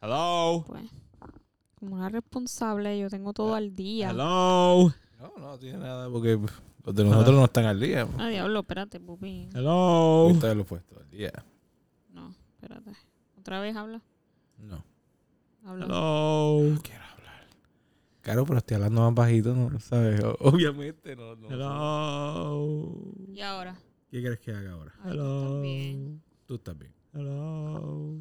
Hello. Pues, como una responsable, yo tengo Ah, todo al día. Hello. No, no tiene nada porque pff, los de nosotros no están al día. Ah, diablo, espérate, pupi. Hello. Ahorita lo he puesto al día. No, espérate. ¿Otra vez habla? No. Habla. Hello. Quiero hablar. Claro, pero estoy hablando más bajito, ¿no? ¿Sabes? O- Obviamente no. no Hello. Y ahora. ¿Qué crees que haga ahora? Ay, tú Hello. también. Tú estás bien. Hello.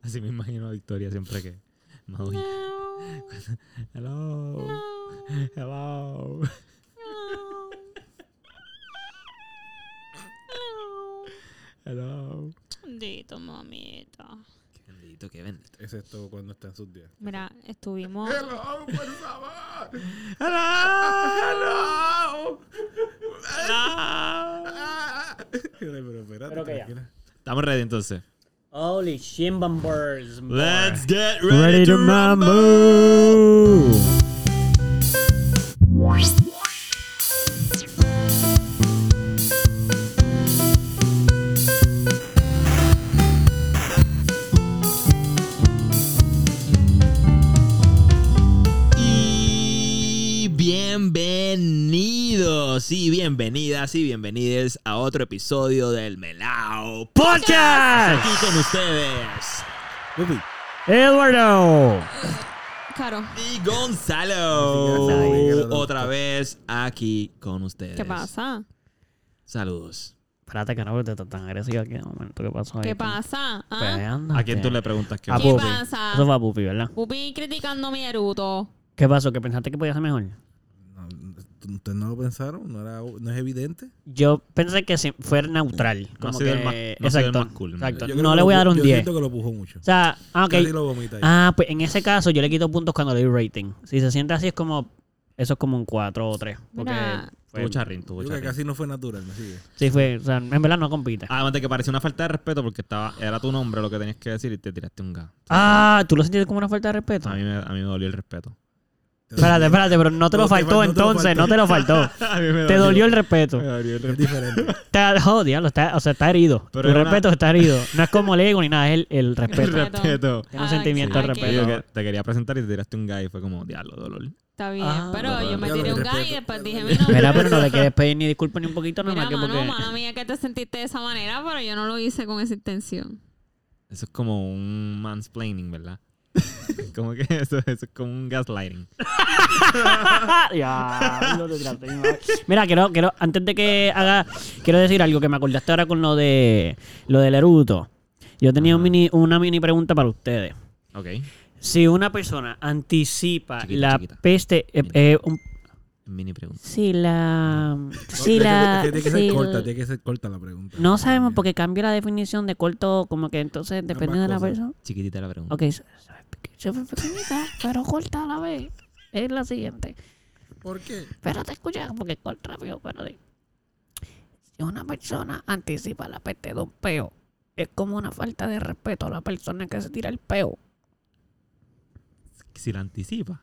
Así me imagino a Victoria siempre que me oye. No, Hello. no, Hello. no. No. Hello. Bendito, mamita. Qué bendito, qué bendito. Excepto cuando está en sus días. Mira, estuvimos. Hello, por favor. Hello. Hello. pero espérate, Pero que ya. tranquila. Estamos ready entonces. Holy Shimbambers. Let's get ready, Ready to to rumble. Y Bienvenidos y bienvenidas y bienvenides a otro episodio del Melao Podcast. Aquí con ustedes, Pupi, Eduardo. Caro, y Así que Gonzalo, no, otra vez aquí con ustedes. ¿qué pasa? Saludos. Espérate que no, porque te estás tan agresivo aquí de momento. ¿Qué pasó ahí? ¿Qué pasa? Pues, ¿Ah? Peleándote. ¿A quién tú le preguntas ah, qué A ¿Qué Pupi. pasa? Eso fue a Pupi, ¿verdad? Pupi criticando mi eruto. ¿Qué pasó? ¿Que pensaste que podía ser mejor? no, no, ¿ustedes no lo pensaron? ¿No, era, no es evidente? Yo pensé que si- fuera neutral. No ha Como sido que... el más- no ha sido el exacto. más cool, en exacto. Yo creo No que le lo- voy a dar un yo 10. siento que lo pujó mucho. O sea, ah, ok. Casi lo vomita ahí. Ah, pues en ese caso yo le quito puntos cuando le doy rating. Si se siente así es como... Eso es como un 4 o 3. Porque... Mira. fue- Tuvo charrín, tuvo Yo creo que charrín. casi no fue natural, me sigue. sí, fue... O sea, en verdad no compite. Además de que parecía una falta de respeto porque estaba, era tu nombre lo que tenías que decir y te tiraste un gato. Ah, ¿tú lo sentiste como una falta de respeto? A mí me, a mí me dolió el respeto. Espérate, espérate, pero no te No lo te fal- faltó no te lo entonces, faltó. no te lo faltó. a mí me Te dolió el respeto. Me dolió el Es respeto. diferente. Está, oh, diablo, está, o sea, está herido. Pero tu era una- respeto está herido. No es como el ego ni nada, es el, el El respeto. respeto. Tiene un Ay, sentimiento ay, de qué- Te digo respeto. que te quería presentar y te tiraste un gay y fue como, diablo, dolor. Está bien, Ah. pero yo me Ya lo tiré un respeto. gay y después dije, mira, Mira, pero no le quieres pedir ni disculpas ni un poquito, no mira, más que mano, porque. mala mía que te sentiste de esa manera, pero yo no lo hice con esa intención. Eso es como un mansplaining, ¿verdad? como que eso, eso es como un gaslighting. Diablo, te tiraste mi madre. Mira, quiero, quiero, antes de que haga, quiero decir algo que me acordaste ahora con lo de lo del eruto. Yo tenía un mini, una mini pregunta para ustedes. Ok. Si una persona anticipa Chiquita, la chiquita. peste, eh, eh, un- Mini pregunta. Si la. No, Si tiene que- la. Tiene que si ser la- corta, tiene que ser corta la pregunta. No sabemos por porque cambia la definición de corto, como que entonces depende de la cosas. persona. Chiquitita la pregunta. Ok, se se ve peque- se ve pequeñita, pero corta a la vez. Es la siguiente. ¿Por qué? Pero te escuchas porque corta rápido, espérate. Si una persona anticipa la peste de un peo, es como una falta de respeto a la persona que se tira el peo. Si la anticipa.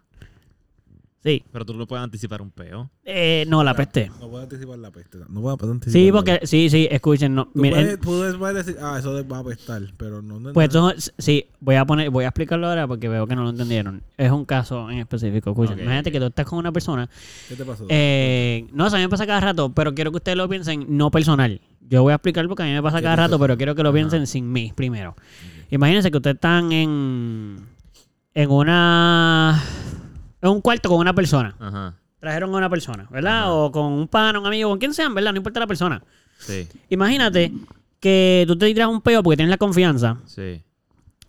Sí. Pero tú no puedes anticipar un peo. Eh, no, la Ah. peste. No puedo anticipar la peste. No puedo anticipar Sí, la porque, peste. sí, sí, escuchen, no. Tú miren, puedes, puedes- puedes decir, ah, eso va a apestar, pero no... no Pues no. entonces, sí, voy a poner, voy a explicarlo ahora porque veo que no lo entendieron. Es un caso en específico. Escuchen, Ok, imagínate ok. que tú estás con una persona. ¿Qué te pasó? eh, no, eso a mí me pasa cada rato, pero quiero que ustedes lo piensen no personal. Yo voy a explicar porque a mí me pasa ¿Qué cada te rato, pasa? pero quiero que lo Ajá. piensen sin mí primero. Imagínense que ustedes están en, en una en un cuarto con una persona. Ajá. Trajeron a una persona, ¿verdad? Ajá. O con un pana, un amigo, con quien sean, ¿verdad? No importa la persona. Sí. Imagínate que tú te tiras un peo porque tienes la confianza. Sí.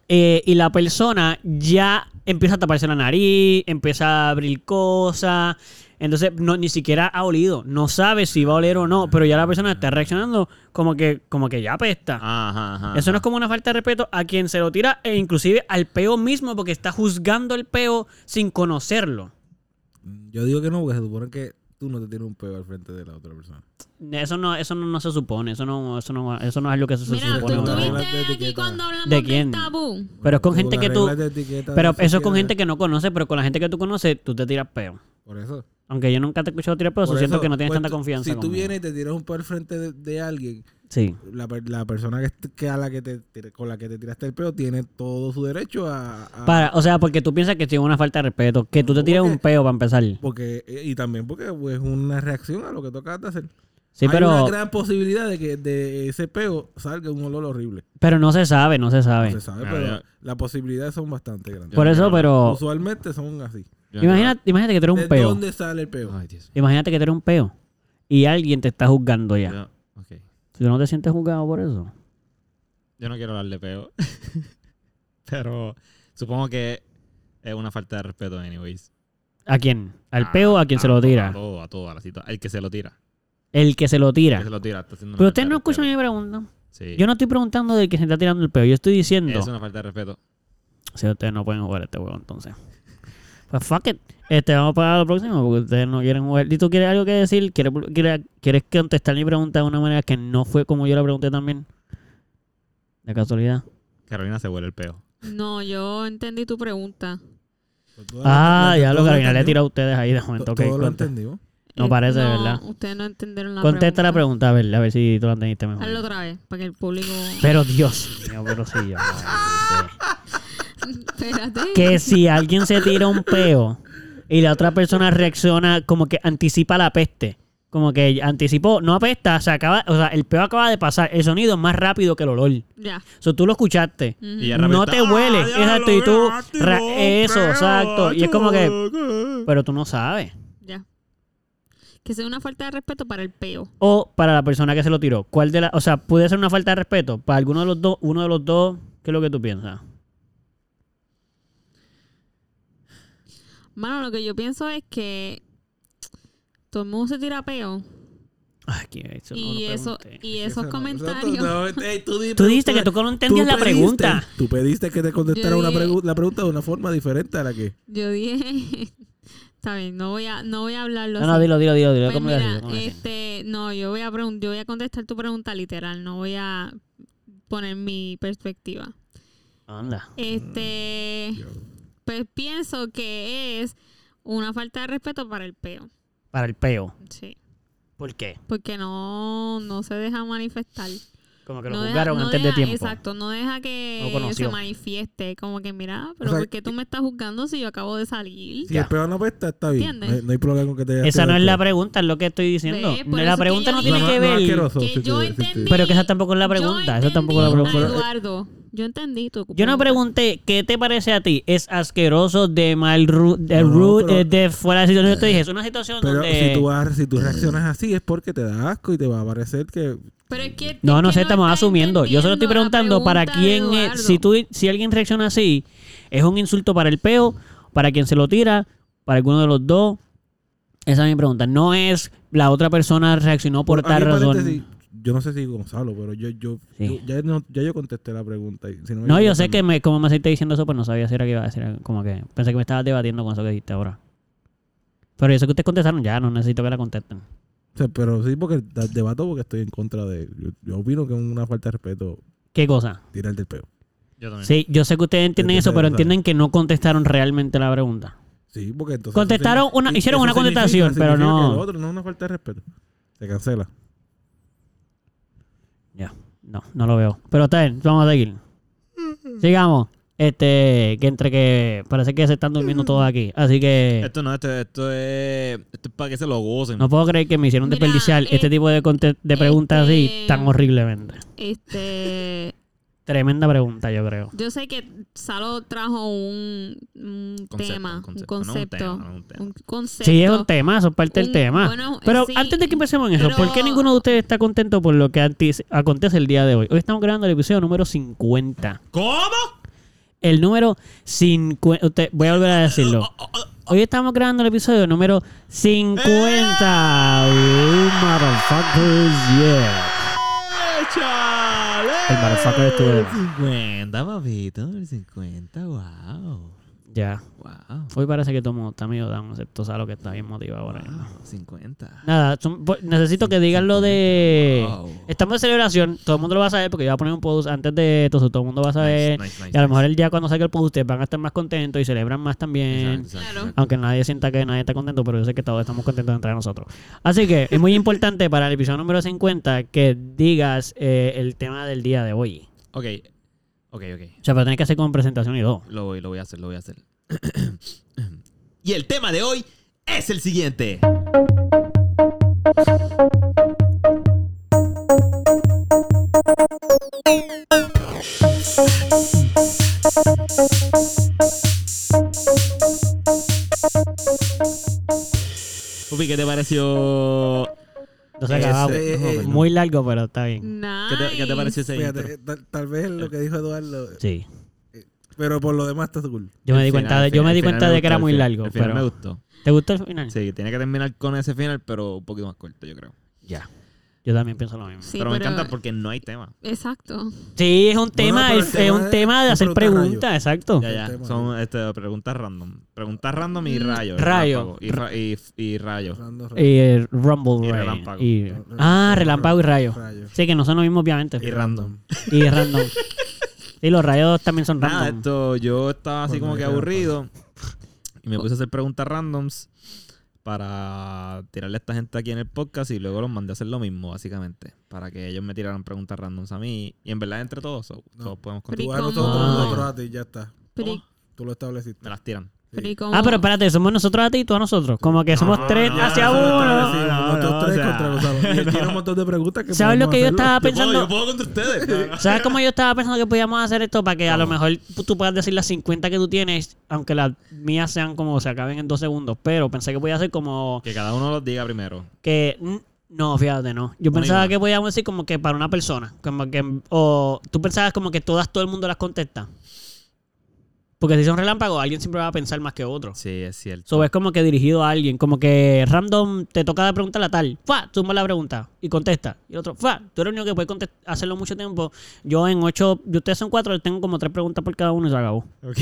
Eh, y la persona ya empieza a taparse la nariz, empieza a abrir cosas. Entonces, no, ni siquiera ha olido. No sabe si va a oler o no, pero ya la persona está reaccionando como que, como que ya apesta. Ajá, ajá. Eso no es como una falta de respeto a quien se lo tira e inclusive al peo mismo porque está juzgando el peo sin conocerlo. Yo digo que no, porque se supone que tú no te tienes un peo al frente de la otra persona. Eso no, eso no, no se supone, eso no, eso no, eso no es lo que se, Mira, tú supone. bueno, ¿verdad? bueno. Reglas de estuviste aquí etiqueta. cuando hablamos ¿De del quién? tabú. Pero es con Según gente las que tú... reglas de etiqueta de Pero la eso es con sociedad. gente que no conoce, pero con la gente que tú conoces, tú te tiras peo. Por eso. Aunque yo nunca te he escuchado tirar pedos, Por siento eso, que no tienes pues, tanta tú- confianza. Si tú conmigo. vienes y te tiras un peo al frente de, de alguien, Sí. La, per- la persona que, est- que a la que te, te- con la que te tiraste el peo tiene todo su derecho a... a- Para, o sea, porque tú piensas que tiene una falta de respeto, que tú te tires Porque- un peo para empezar. Porque, y también porque pues, es una reacción a lo que tú acabas de hacer. Sí, Hay pero, una gran posibilidad de que de ese peo salga un olor horrible. pero no se sabe, no se No sabe. se sabe, Ah, pero ya. las posibilidades son bastante grandes. Por Ya, eso, ya. pero. Usualmente son así. Yo- Imagínate, imagínate que tú eres ¿De un peo. dónde sale el peo? Ay, Dios. Imagínate que tú eres un peo. Y alguien te está juzgando ya. Yo, ok. ¿Tú no te sientes juzgado por eso? Yo no quiero hablar de peo. pero supongo que es una falta de respeto, anyways. ¿A quién? ¿Al A- peo o a quien se lo A tira? todo, a todo, a la cita. El que se lo tira. El que se lo El que tira. se lo tira. Está haciendo una falta Pero ustedes de no respeto. escuchan mi pregunta. Sí. Yo no estoy preguntando del que se está tirando el peo. Yo estoy diciendo. Es una falta de respeto. Si ustedes no pueden jugar este juego, entonces. Pues fuck it. Este, vamos para lo próximo porque ustedes no quieren jugar. ¿Y tú quieres algo que decir? ¿Quieres, quieres, quieres contestar mi pregunta de una manera que no fue como yo la pregunté también? De casualidad. Carolina se huele el peo. No, yo entendí tu pregunta. Pues todo Ah, lo- ya lo todo que le he entendimos. tirado a ustedes ahí de momento. To- Ok, Todo lo conte- entendimos. No Eh, parece, ¿verdad? Ustedes no entendieron la contesta la pregunta. pregunta, a ver, a ver si tú la entendiste mejor. Hazlo otra vez, para que el público... Pero Dios mío, pero sí, yo. no sé. Espérate. Que si alguien se tira un peo y la otra persona reacciona como que anticipa la peste. Como que anticipó, no apesta, se acaba, o sea, el peo acaba de pasar, el sonido es más rápido que el olor. O Ya. sea, tú lo escuchaste. Ujú. Y ya rápido No está, te "Ah, huele, diablo, exacto, y tú, mira, activó ra- un eso, peo, exacto, y es como que, chico". pero tú no sabes. Ya. Que sea una falta de respeto para el peo. O para la persona que se lo tiró, ¿cuál de la, o sea, puede ser una falta de respeto para alguno de los dos, uno de los dos, ¿qué es lo que tú piensas? Mano, lo que yo pienso es que todo el mundo se tira peo. Ay, que eso no y lo eso, pregunté. y esos Eso no. comentarios. Exacto, no, ey, tú, di- Tú dijiste que tú- tú no entendías la pediste- pregunta. Tú pediste que te contestara Yo una dije- pregu- la pregunta de una forma diferente a la que. Yo dije, está bien, no voy a, no voy a hablarlo. No, no, así. dilo, dilo, dilo, dilo. Pues ¿cómo lo mira, decís? ¿Cómo lo decís? este, no, yo voy a pregun- yo voy a contestar tu pregunta literal, no voy a poner mi perspectiva. Anda. Este, Mm, pues pienso que es una falta de respeto para el peo. Para el peo. Sí, ¿Por qué? porque no, no se deja manifestar. Como que lo no deja- juzgaron no antes deja- de tiempo. Exacto, no deja que No conoció. se manifieste. Como que, mira, pero O sea, ¿por qué tú me estás juzgando si yo acabo de salir? Si Ya. el peo no apesta, está bien. ¿Entiendes? No hay, no hay problema con que te haya Esa tirado no es el la peo. pregunta, es lo que estoy diciendo. Ve, por No, eso la es que pregunta yo no dije- tiene No, que no, no, ver. asqueroso, Que sí, yo sí, sí, sí. entendí- Pero que esa tampoco es la pregunta. Yo Esa tampoco es la entendí, pregunta. Eduardo, eh, yo entendí tu Yo no pregunta. pregunté, ¿qué te parece a ti? ¿Es asqueroso de mal ru- de, No, rude, pero- eh, de fuera de situación? Yo te dije, es una situación Pero donde... si, tú vas- si tú reaccionas así es porque te da asco y te va a parecer que. Pero es que- No, es no que sé, estamos está asumiendo. Yo solo estoy entendiendo preguntando la para pregunta quién de es. Si, Eduardo. tú, si alguien reacciona así, ¿es un insulto para el peo? ¿Para quien se lo tira? ¿Para alguno de los dos? Esa es mi pregunta. No es la otra persona reaccionó por Bueno, tal aquí razón. paréntesis, Yo no sé si Gonzalo, pero yo, yo, Sí. yo- ya, no- ya yo contesté la pregunta. y si me No, yo equivoco, sé que me, como me estáis diciendo eso, pues no sabía si era que iba a decir. algo, Como que pensé que me estabas debatiendo con eso que dijiste ahora. Pero yo sé que ustedes contestaron ya, no necesito que la contesten. O sea, pero sí, porque da- debato porque estoy en contra de. Yo, yo opino que es una falta de respeto ¿Qué cosa? tirar del peo. Yo también. Sí, yo sé que ustedes entienden eso, Entiendo, pero entiendo. entienden que no contestaron realmente la pregunta. Sí, porque entonces. Contestaron eso signi- una- hicieron eso una significa- contestación, pero significa no- que lo otro no es una falta de respeto. Se cancela. Ya, no, no lo veo. Pero está bien, vamos a seguir. Mm-hmm. Sigamos. Este, que entre que parece que se están durmiendo Mm-hmm. todos aquí. Así que Esto no, esto, esto es. Esto es para que se lo gocen. no puedo creer que me hicieron Mira, desperdiciar este eh, tipo de, conte- de preguntas así este- tan horriblemente. Este, Tremenda pregunta, yo creo. yo sé que Salo trajo un, un Concepto, tema, un un concepto, no un tema, concepto, no un tema. un concepto. Sí, es un tema, eso es parte del Un- tema. bueno, eh, pero sí, antes de que empecemos en eso, ¿por qué pero- ninguno de ustedes está contento por lo que antes- acontece el día de hoy? Hoy estamos grabando el episodio número 50. ¿Cómo? El número 50. Usted, voy a volver a decirlo. Oh, Hoy estamos grabando el episodio número Eh. 50. You motherfuckers, yeah. ¡Échale! El motherfucker estuvo de más. 50, papito. El 50, wow. Ya. Wow. Hoy parece que tomo, está medio down, excepto Salo que está bien motivado ahora mismo. Wow, 50. Nada, son- po- necesito que digan lo de. Wow. Estamos de celebración, todo el mundo lo va a saber porque yo voy a poner un post antes de esto, so todo el mundo va a saber. Nice, nice, nice, y a lo nice. mejor el día cuando salga el post ustedes van a estar más contentos y celebran más también. Exacto, exacto, Claro. exacto. Aunque nadie sienta que nadie está contento, pero yo sé que todos estamos contentos entre nosotros. Así que es muy importante para el episodio número 50 que digas eh, el tema del día de hoy. Ok, ok, ok. O sea, pero tenés que hacer con presentación y todo. Lo voy, lo voy a hacer, lo voy a hacer. y el tema de hoy es el siguiente. Pupi, ¿qué te pareció? ah, No se acababa. Ese, eh, Muy largo, pero está bien. Mm. ¿Qué te, qué te pareció ese intro? Fíjate, eh, tal, tal vez lo que dijo Eduardo, Sí. pero por lo demás está cool. Yo me El di cuenta final, de, el yo me final, di el final cuenta de que era gustó, muy el final- largo. El final me Pero, gustó. ¿Te gustó el final? Sí, tiene que terminar con ese final, pero un poquito más corto, yo creo. Ya. Yo también pienso lo mismo. Sí, pero, me encanta porque no hay tema. Exacto. Sí, es un tema, pero el es, tema es un es- tema de es hacer preguntar preguntas, exacto. Ya, El ya. tema, Son este, preguntas random. Preguntas random y Mm, rayo. rayo. relámpago, Y, ra- y, y rayo. Rando, rando, Y el Rumble Y Ray, relámpago. y- rando, Eh, ah, rando, relámpago y rayo. rayo. Sí, que no son lo mismo, obviamente. Y random. Y random. Y los rayos también son Nada, random. esto yo estaba así Bueno, como que ya queda aburrido. Y me puse a hacer preguntas randoms para tirarle a esta gente aquí en el podcast y luego los mandé a hacer lo mismo, básicamente. Para que ellos me tiraran preguntas randoms a mí. Y en verdad entre todos, so- No. todos podemos Pero contar. ¿y Tú a nosotros, cómo? nosotros a ti, ya está. Pero, Oh, y- Tú lo estableciste. Me las tiran. pero y Ah, cómo- pero espérate, somos nosotros a ti y tú a nosotros. Como que somos No, tres no, hacia no, uno. no, no, Sí, no, nosotros no, tres o sea, contra Gonzalo. Y él tiene un montón de preguntas que ¿Sabes lo podemos que yo hacerlo. estaba pensando? Yo puedo, yo puedo contra ustedes. claro. ¿Sabes cómo yo estaba pensando que podíamos hacer esto? Para que a lo mejor tú puedas decir las 50 que tú tienes, aunque las mías sean como se acaben en dos segundos. Pero pensé que podía hacer como que cada uno los diga primero. que. mm, No, fíjate, no. Yo No hay pensaba nada. que podíamos decir como que para una persona. Como que. O tú pensabas como que todas, todo el mundo las contesta. Porque si son relámpagos, alguien siempre va a pensar más que otro. Sí, es cierto. So, es como que dirigido a alguien, como que random te toca preguntarle a tal, fa, tú me la pregunta y contesta. Y el otro, fa, tú eres el único que puede contest- hacerlo mucho tiempo. Yo en ocho, y ustedes son cuatro, yo tengo como tres preguntas por cada uno y se acabó. Ok,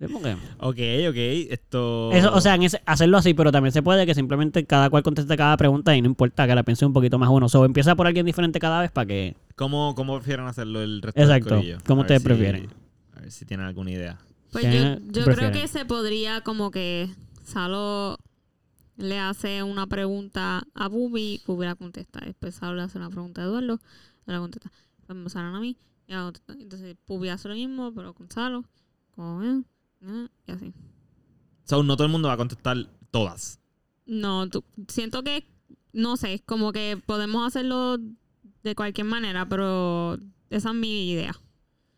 Es como que- ok. ok, Esto. Eso, o sea, en ese- hacerlo así, pero también se puede que simplemente cada cual conteste cada pregunta y no importa que la piense un poquito más uno. So, empieza por alguien diferente cada vez para que. ¿Cómo, cómo prefieren hacerlo el resto Exacto. del corillo? ¿Cómo A ver ustedes prefieren? A ver si tienen alguna idea. Pues ¿Qué yo, yo creo prefieren? que se podría como que Salo le hace una pregunta a Bubi, Bubi la contesta. Después Salo le hace una pregunta a Eduardo, él la contesta. Pues me salen a mí, y la contesta. Entonces Bubi hace lo mismo, pero con Salo, con él, ¿eh? y así. So, no todo el mundo va a contestar todas. No, tú- siento que, no sé, como que podemos hacerlo de cualquier manera, pero esa es mi idea.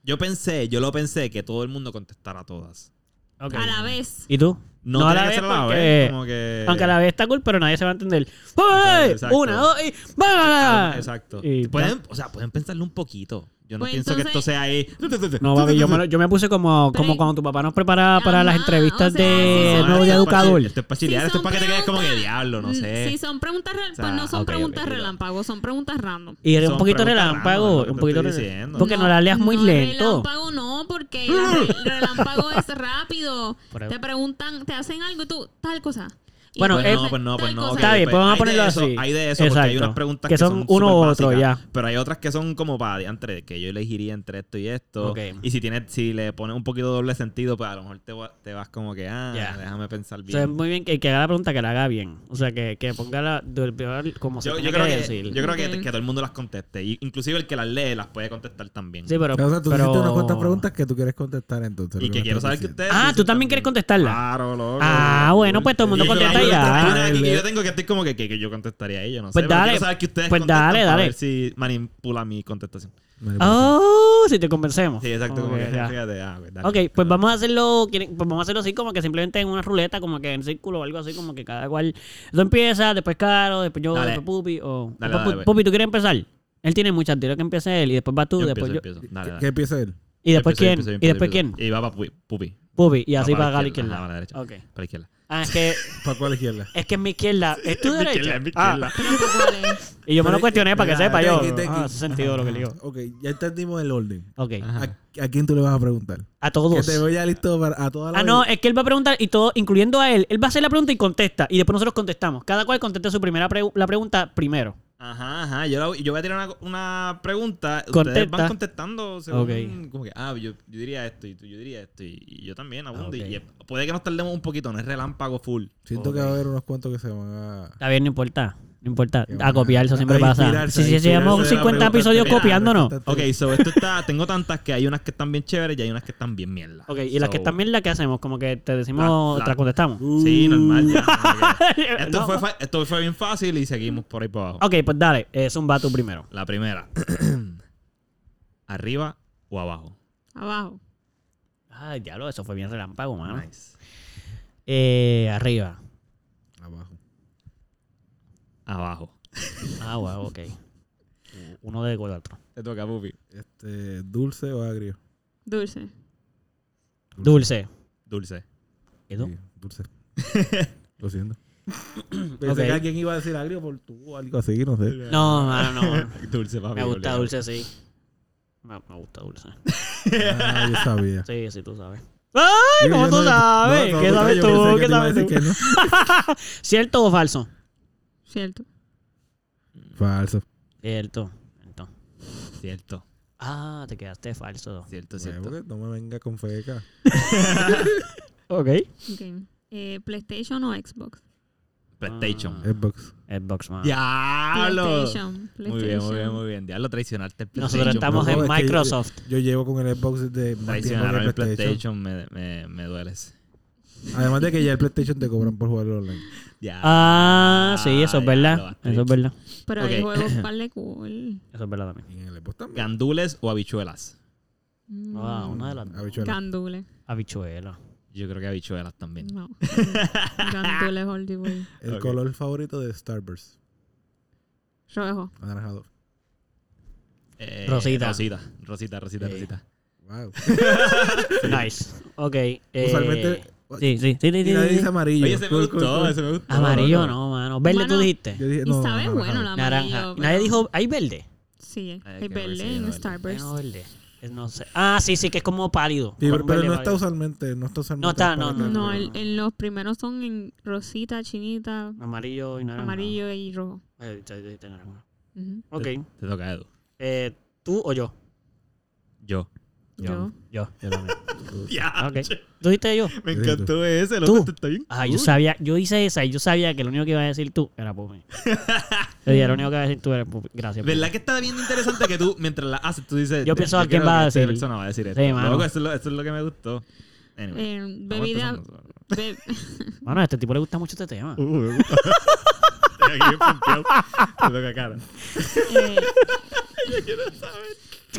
Yo pensé, yo lo pensé que todo el mundo contestara todas. A la vez. ¿Y tú? Eh. No, No, a tiene la que ser vez a la porque- vez, como que... Aunque a la vez está cool, pero nadie se va a entender. Exacto, ¡Ey! exacto. Una, dos y. ¡vámonos! Exacto. Y- pueden, o sea, pueden pensarlo un poquito. Yo no Pues pienso que esto entonces- sea ahí. No, papi, yo me, lo- yo me puse como, Pero como y- cuando tu papá nos preparaba para Ajá, las entrevistas o sea, de sí, sí, Nuevo sí. Día Educador. Esto es para Si chilear, esto es son para que te quedes como que preguntas- diablo, no Mm, sé. Si son preguntas, re- sea, pues no son ok, ok, preguntas mira. relámpago, son preguntas random. Y era un Son poquito preguntas relámpago. random, Un lo que te poquito estoy relámpago. diciendo. Porque no, la leas muy no, lento. Relámpago no, porque el relámpago es rápido. Por ahí. Te preguntan, te hacen algo y tú, tal cosa. Y Bueno, tú Pues eh, no, haces pues no, pues tal no. cosa. ok, Está bien, pues vamos a hay de ponerlo eso, así. Hay de eso, porque hay Exacto. unas preguntas Que que, son son, uno u superbásicas, otro, ya. Pero hay otras que son como para entre que yo elegiría entre esto y esto. Ok. Y si tienes, si le pones un poquito doble sentido, pues a lo mejor te, va- te vas como que, ah, Ya. déjame pensar O sea, es bien. muy bien que, que haga la pregunta que la haga bien. O sea, que, que ponga la del peor como se Yo, tiene yo que creo que, decir. yo creo que, Ok. que todo el mundo las conteste. Y inclusive el que las lee las puede contestar también. Sí, O pero. sea, tú pero- hiciste unas cuantas preguntas que tú quieres contestar entonces. y lo que me quiero estás saber que diciendo. ustedes. Ah, tú dicen también quieres contestarla. Claro, loco. Ah, loco. bueno, pues todo el mundo Y yo- contesta hay ya. Ah, eh, preguntas que vienen aquí que Dale. yo tengo que estoy como que, que, que yo contestaría ella, no sé. Pues pero quiero dale, saber que ustedes pues contestan dale, para dale. ver si manipula mi contestación. Mariposa. Oh, si te convencemos. Sí, exacto. Como Ok, que, ya. fíjate, ah, pues, dale. Ok, pues vamos a hacerlo, quieren- pues vamos a hacerlo así como que simplemente en una ruleta, como que en círculo o algo así, como que cada cual. Tú empiezas, después Caro, después yo, Dale. después Pupi o Dale, después dale, Pu- ve. Pupi, ¿tú quieres empezar? Él tiene muchas, tiro que empiece él y después vas tú, Yo después empiezo, yo. empiezo. Dale, pues, ¿Qué dale. empieza él? Y después Yo empiezo, yo quién? empiezo, yo y después empiezo, yo quién? empiezo. Y va para Pupi. Pupi y así Va para, la izquierda, la izquierda. ajá, para la derecha. Ok. Para la izquierda. Ah, es que, ¿Para cuál izquierda? es que es mi izquierda. ¿Es tu Mi derecha? izquierda, mi Ah, izquierda. Pero, pues, ¿cuál es? y yo me lo Pero, cuestioné para que mira, sepa yo. tequi, tequi. Ah, hace sentido lo que le digo. Ok, ya entendimos el orden. Ok. Ajá. ¿A, a quién tú le vas a preguntar? A Que todos. te veo ya listo para a todas las. Ah, no, es que él va a preguntar y todo, incluyendo a él, él va a hacer la pregunta y contesta. Y después nosotros contestamos. Cada cual contesta su primera pregu- la pregunta primero. Ajá, ajá. Yo, la- yo voy a tirar una, una pregunta. Ustedes Contesta. van contestando según, Ok. como que, ah, yo, yo diría esto y tú- yo diría esto y, y yo también, abundo. ok. Y eh, puede que nos tardemos un poquito, no es relámpago full. Siento que va a haber unos cuantos que se van a. Está bien, no importa. No importa. Qué A bueno. copiar, eso A siempre pasa. inspirarse, Si sí, a sí, llevamos inspirarse de la 50 pregunta episodios anterior. copiándonos. Ok, so esto está, tengo tantas que hay unas que están bien chéveres y hay unas que están bien mierda. Ok, y las que So, están bien, las que hacemos, como que te La- decimos, la- te las contestamos. Sí, normal. ya, como que- esto, No. fue, fa- esto fue bien fácil y seguimos por ahí para abajo. Ok, pues dale, eh, zumba tú primero. La primera. ¿Arriba o abajo? Abajo. Ay, diablo, eso fue bien relámpago, mano. Nice. Eh, arriba. Abajo. Abajo. Ah, wow, ok. Uno de cuatro. Te toca, Pupi. Este, ¿Dulce o agrio? Dulce. Dulce. Dulce. ¿Y tú? Sí, dulce. Lo siento. Ok. Pensé que alguien iba a decir agrio por tú o algo así, no sé. No, mano, no. Dulce, papi. Me gusta obligado. dulce, sí. Me, me gusta dulce. Ah, yo sabía. Sí, sí, tú sabes. ¡Ay! ¿Cómo Yo tú no- sabes? no, no, ¿Qué no, sabes yo pensé tú? que ¿Qué te iba a sabes tú? decir que no. ¿Cierto o falso? Cierto. Falso. Cierto. Cierto. Cierto, Ah, te quedaste falso. cierto, Bueno, cierto. porque no me venga con feca. Ok. Ok. Eh, PlayStation o Xbox. PlayStation. Xbox. Xbox, man. ¡Diablo! PlayStation. PlayStation. Muy bien, muy bien, muy bien. Diablo, traicionarte el PlayStation. Nosotros estamos bro. No, en es que yo- Microsoft. Yo llevo con el Xbox desde más tiempo que Traicionaron el PlayStation, me, me, me dueles. Además de que ya el PlayStation te cobran por jugarlo online. Ya. Ah, sí, eso es ya, lo verdad. bastante. Eso es verdad. Pero Ok. hay juegos par de cool. Eso es verdad también. Y en el Xbox también. ¿Gandules o habichuelas? Mm, Ah, una de las Habichuela. Gandules. habichuelas. Yo creo que habichuelas también. No. Gandules Oldie Boy. El Ok. color favorito de Starburst. Rojo. Anaranjado. Eh, Rosita. Rosita, Rosita, Rosita, Sí. Rosita. Wow. Nice. Ok. eh, Usualmente. Sí, sí, sí, sí, Y sí, nadie sí. dice amarillo. Oye, ese me Cool, cool, gustó, cool. ese me gustó. Amarillo no, mano. Verde tú Mano, dijiste. Yo dije, Y no, sabe anaranjado. bueno la Naranja. amarillo. Y nadie pero- Pues- dijo, ¿hay verde? Sí, eh. Ay, hay qué bueno, sí, verde en verde. Hay Starburst. no verde. Es- No sé. Ah, sí, sí, que es como pálido. Sí, pero, Como pero verde no está pálido. usualmente. No está usualmente. No está, no, para- No, el- en los primeros son en rosita, chinita, Amarillo y naranja. amarillo y rojo. Eh, sí, sí, sí, naranja. Ujú. Ok. Te toca, Edu. Eh, ¿Tú o yo? Yo. Yo. Yo. Yo también. Ya. Ok. Ah, ¿Tú dijiste yo? Me encantó ese, loco, este está bien. Ah, yo sabía, yo hice esa y yo sabía que lo único que iba a decir tú era Pupi. Yo dije, lo único que iba a decir tú era Pupi. Gracias. Pupi. ¿Verdad que está bien interesante que tú, mientras la haces, tú dices. pues. Yo pienso a quién creo va que a esta decir. persona va a decir esto. Sí, mano. Loco, esto, es lo, esto es lo que me gustó. Anyway. Eh, estamos bebida. empezando. be- Bueno, a este tipo le gusta mucho este tema. Uh, me gusta. Estoy aquí bien pompeado. Te toca, cara. eh,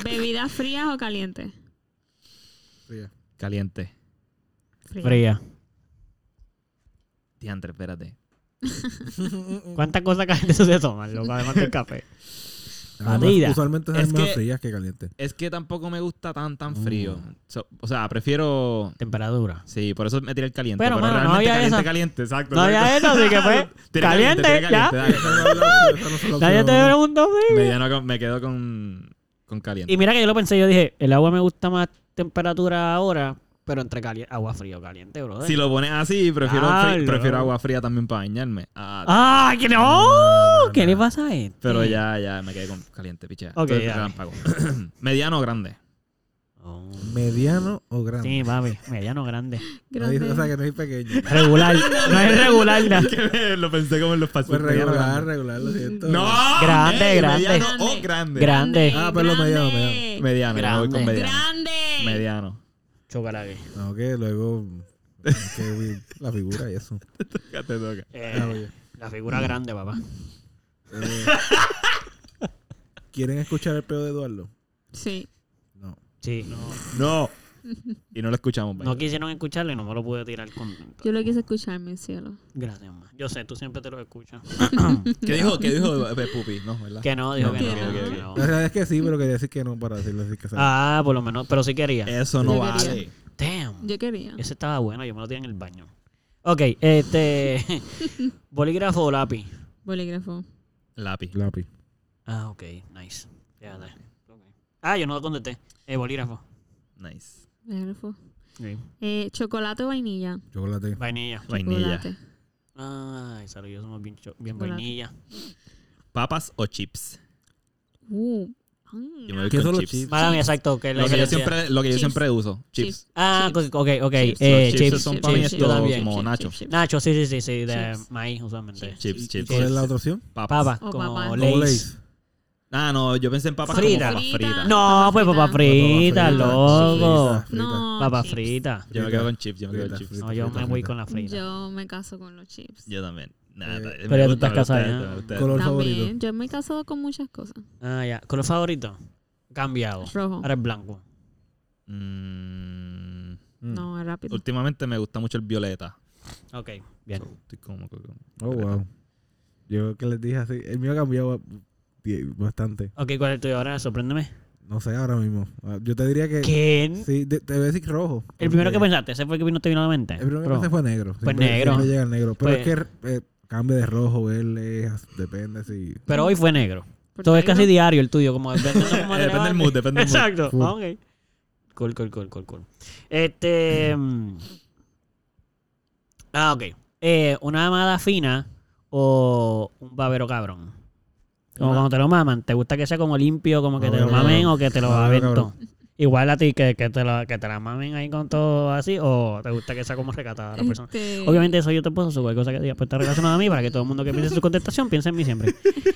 ¿Bebidas frías o calientes? Fría. Caliente. Frías. Fría. Diantre, espérate. ¿Cuántas cosas calientes se toman, loco? Además del café. Además, Batida. Usualmente es Es más que- frías que calientes. Es que tampoco me gusta tan, tan Mm. frío. So- o sea, prefiero. Temperatura. Sí, por eso me tiré el caliente. Pero, Pero, mano, no realmente había caliente, esa. caliente, exacto. No había exacto. eso, así que fue Tiré tiré caliente, ya. dale. Nadie te preguntó, Pupi. Me, ya no- me quedo con, con caliente. Y mira que yo lo pensé, yo dije, el agua me gusta más temperatura ahora, pero entre cali- agua fría o caliente, brother. Si lo pones así, prefiero, Ah, fri- prefiero no. agua fría también para bañarme. Ah, ¡Ah, que no! Oh, ¿Qué le pasa a este? Pero ya, ya me quedé con caliente, pichea. Ok, Entonces, ya. relámpago. Mediano o grande. Oh. Mediano o grande. Sí, papi, mediano grande. No Grande. dice- o sea, que no es pequeño. Regular, no es regular. na- lo pensé como en los pasos. Pues regular, regular, lo siento. No, Grande, ey, grande. Mediano Grande. o grande. Grande. Ah, pero mediano, grande. Mediano, me voy con Grande. mediano. Grande. Mediano. Chocalague. No, que luego. que vi la figura y eso. Ya te toca. Eh, Ah, oye. la figura grande, papá. Eh, ¿Quieren escuchar el pedo de Eduardo? Sí. No. Sí. No, No. Y no lo escuchamos. vaya. quisieron escucharlo y no me lo pude tirar contento. Yo lo quise escuchar, mi cielo. Gracias, ma. Yo sé, tú siempre te lo escuchas. ¿Qué dijo? ¿Qué dijo eh, Pupi? No, ¿verdad? que no, dijo No, que, ok, no, ok, que ok. no. La verdad es que sí, pero quería decir que no para decirlo así que sabe. Ah, por lo Eh. menos, pero sí quería. Eso no Yo vale. quería. Damn. Yo quería. Ese estaba bueno, yo me lo tiré en el baño. Ok, este. ¿Bolígrafo o lápiz? Bolígrafo. Lápiz. Lápiz. Ah, ok, nice. Fíjate. Ah, yo no lo contesté. Eh, bolígrafo. Nice. Bolígrafo. Eh, chocolate o vainilla. Chocolate. Vainilla. Vainilla. Chocolate. Ay, salud, yo somos bien, cho- bien Chocolate. vainilla. Papas o chips. Uh. mm. Yo me voy ¿Qué con son los chips. chips? Mala mía, exacto. Que es la Lo que yo diferencia. siempre, lo que yo Chips. siempre uso. Chips. Ah, Chips. ok, ok. Chips. Eh, Los chips, chips son para mí chips, yo estos también. como Chips, nachos. chips, Nacho, sí, sí, sí, sí, de Chips. maíz usualmente. Chips. Chips, ¿Y- y chips. ¿Cuál es chips. la otra opción? Papas. Papas, O como papas. Como Lay's. Ah, no, yo pensé en papas Frita. como papas fritas. No, pues papas fritas, fritas, loco. Frita, frita. No. Papas Oh, chips. fritas. Yo me quedo con chips, yo me quedo con Fritas, chips. fritas. No, yo me Frita, voy frita. con la frita. Yo me caso con los chips. Yo también. Nah, Eh, me pero ya tú gusta, estás me gusta, casada, me ¿eh? gusta. Color También. favorito. Yo me he casado con muchas cosas. Ah, ya. ¿Color favorito? Cambiado. Rojo. Ahora es blanco. Mm, Mm. No, es rápido. últimamente me gusta mucho el violeta. Ok, bien. So, estoy como que con- Oh, wow. Yo que les dije así. El mío ha cambiado die- bastante. Ok, ¿cuál es el tuyo ahora? Sorpréndeme. No sé ahora mismo. Ah, Yo te diría que. ¿Quién? Sí, de- te voy a decir rojo. El primero que Porque pensaste, ese fue el que no te vino a la mente. El primero que Pero- pensé fue negro. Pues negro. llega el negro. Pero Pues- es que eh, cambia de rojo, verde, as- depende si. Pero hoy fue negro. Porque Todo es hay casi una- diario el tuyo, como depende, de cómo te Depende del levantes. mood, depende del mood. Exacto. Full. Ah, ok. Cool, cool, cool, cool, cool. Este. mm, ah, ok. Eh, una amada fina o un babero cabrón. Como Una- cuando te lo maman, ¿te gusta que sea como limpio, como que te Babero lo mamen cabrón. o que te lo Babero baben cabrón. todo? Igual a ti, que, que, te la, que te la mamen ahí con todo así, o te gusta que sea como recatada pues la persona. Este, Obviamente, eso yo te puedo subir cosas que diga, pues está relacionado a mí para que todo el mundo que piense su contestación piense en mí siempre.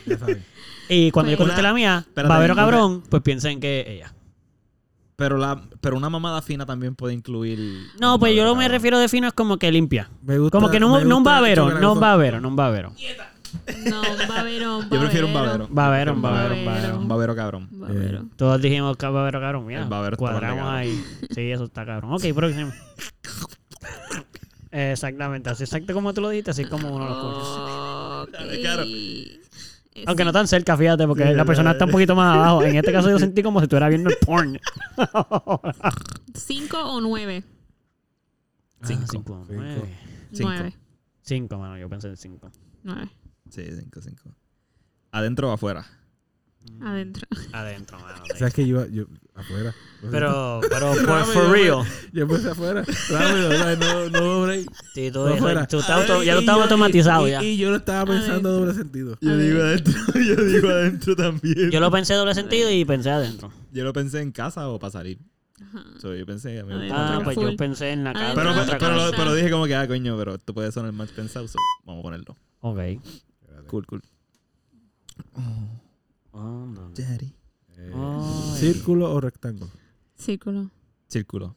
Ya sabes. Y cuando yo Pues- contesté la mía, Espérate, babero porque- cabrón, pues piensen que ella. Pero, la, pero una mamada fina también puede incluir. No, un pues yo lo babero me cabrón. refiero de fino es como que limpia. Me gusta- Como que no, me no un gusta babero, chocolate no un con- babero, no un babero. No, un babero, un Yo prefiero un babero. Babero, un babero, Babero. Un un babero. babero cabrón. Un babero. Todos dijimos que babero cabrón, mira. El babero está cuadramos mal de ahí. Sí, eso está cabrón. Ok, próximo. Exactamente, así exacto como tú lo dijiste, así como uno lo escucha. Ok. Dale, claro. Eh, Aunque sí. no tan cerca, fíjate, porque la persona está un poquito más abajo. En este caso yo sentí como si estuviera viendo el porn. Cinco o nueve. Cinco. Ah, cinco, nueve. Cinco. Nueve. Cinco, mano, yo pensé en cinco. Nueve. Sí, cinco, cinco. Adentro o afuera. Adentro. Adentro, mano. O sea, es que yo, yo afuera. Lo siento. Pero, pero, for, Rápido, for real. Yo empecé afuera. Rápido, o sea, no, no doble. Sí, tú, No fuera. tú estás auto- Y- ya y lo estás yo- automatizado y- ya. Y, yo lo estaba este. pensando doble sentido. Yo digo adentro, yo digo adentro también. Yo lo pensé doble sentido y pensé adentro. Yo lo pensé en casa o para salir. Ajá. So, yo pensé. me Adentro. gusta Ah, otra pues casa. yo Full. pensé en la casa. pero, Adentro, pero, otra otra pero- cosa. casa. pero dije como que, ah, coño, pero tú puedes sonar más pensado. so, vamos a ponerlo. Ok. Cool, cool. Oh, no. Daddy. Ay. Círculo o rectángulo. Círculo. Círculo.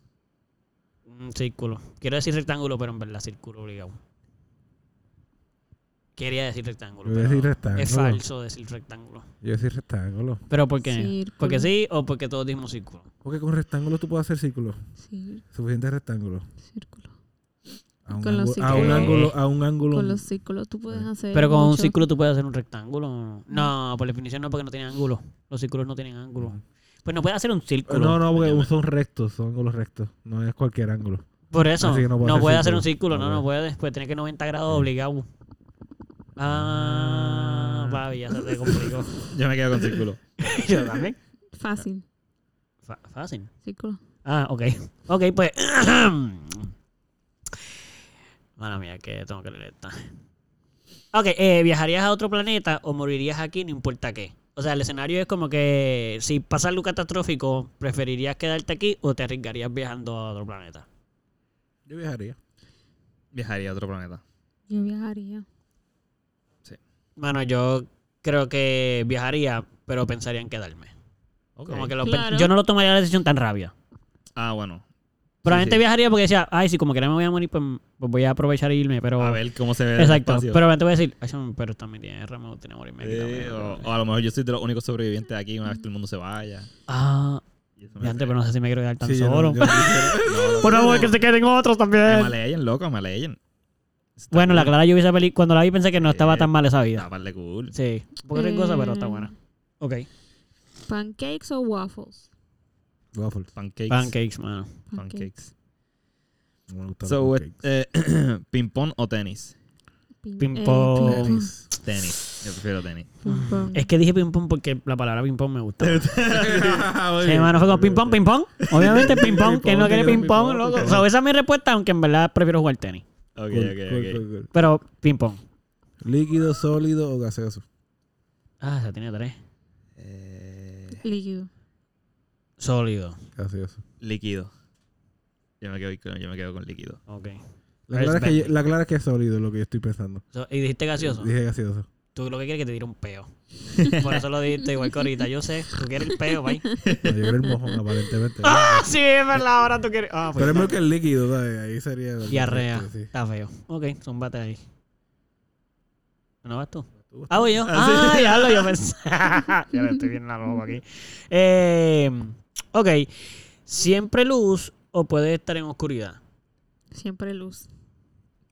Un círculo. Quiero decir rectángulo, pero en verdad círculo obligado. Quería decir rectángulo. Yo voy a pero decir rectángulo. Es falso decir rectángulo. Yo decir rectángulo. ¿Pero por qué? Círculo. ¿Porque sí o porque todos dijimos círculo? Porque con rectángulo tú puedes hacer círculo. Sí, Suficiente rectángulo. círculo. A un, Con los ángulo- a un círculos. ángulo. A un ángulo. Con los círculos tú Eh, puedes hacer. Pero con un mucho. círculo tú puedes hacer un rectángulo. No, por definición no, porque no tienen ángulo. Los círculos no tienen ángulo. Pues no puedes hacer un Eh, círculo. No, no, porque son rectos. Son ángulos rectos. No es cualquier ángulo. Por eso, Así que no Ah, no puede puede, hacer hacer un círculo. círculo, no, No no puede. Pues tiene que 90 grados obligado. Ah, papi, ya se te complicó. Yo me quedo con círculo. Yo también. Fácil. Fa- fácil. Círculo. Ah, ok. Ok, pues. Mala mía, que tengo que leer esta. Ok, eh, ¿viajarías a otro planeta o morirías aquí, no importa qué? O sea, el escenario es como que si pasa algo catastrófico, ¿preferirías quedarte aquí o te arriesgarías viajando a otro planeta? Yo viajaría. Viajaría a otro planeta. Yo viajaría. Bueno, yo creo que viajaría, pero pensaría en quedarme. Como que lo pe- Claro. Yo no lo tomaría la decisión tan rabia. Ah, bueno. Probablemente sí. viajaría porque decía, ay, si como que me voy a morir, pues, pues voy a aprovechar e irme, pero... A ver cómo se ve. el Exacto, espacio. pero probablemente voy a decir, "Ay, pero también tiene tierra, me gustaría morirme aquí Eh, también". o, o a lo mejor yo soy de los únicos sobrevivientes de aquí una vez todo el mundo se vaya. Ah, Y eso me- antes, pero no sé si me quiero quedar tan Sí, yo no- solo. yo no quisiera. No, no, Por no, favor, no. que se queden otros Me también. maleyen, loco, me maleyen. Está Bueno, la cool. Clara yo vi esa peli, cuando la vi pensé que no Sí. estaba tan mal esa vida. Está par de cool. Sí, un poco rincosa, pero está buena. Eh, Ok. Pancakes o waffles. Waffles. Pancakes. Pancakes, mano. Pancakes. No me gustan los So, cupcakes. eh, ping-pong o tenis. Pin- Ping eh, pong. ping Tenis. Tenis. Yo prefiero tenis. Ping pong. Es que dije ping pong porque la palabra ping pong me gusta. Muy Sí, bien. mano, fue como ping pong, ping pong. Obviamente ping pong, que no Ping-pong, quiere ping-pong, ping pong, ping-pong. loco. O sea, esa es mi respuesta, aunque en verdad prefiero jugar tenis. Ok, Cool, ok, cool, ok. cool, cool. Pero ping pong. Líquido, sólido o gaseoso. Ah, se tiene tres. Eh, Líquido. Sólido. Gaseoso. líquido. Yo me, quedo con, yo me quedo con líquido. Ok. La clara, es que Respect. yo- la clara es que es sólido lo que yo estoy pensando. So, y dijiste gaseoso. Dije gaseoso. Tú lo que quieres es que te tire un peo. Por eso lo dijiste igual que ahorita. Yo sé, tú quieres el peo, bye. No, yo era el mojón, aparentemente. Ah, sí, es verdad, ahora tú quieres. Ah, Pero pues. es mejor que el líquido, ¿sabes? Ahí sería. Diarrea. Sí. Está feo. Ok, zumbate ahí. ¿No vas tú? Tú vas Ah, voy yo. Ah, Ah, ya lo yo pensé. ya lo estoy bien la loco aquí. Eh, ok. ¿Siempre luz o puede estar en oscuridad? Siempre luz.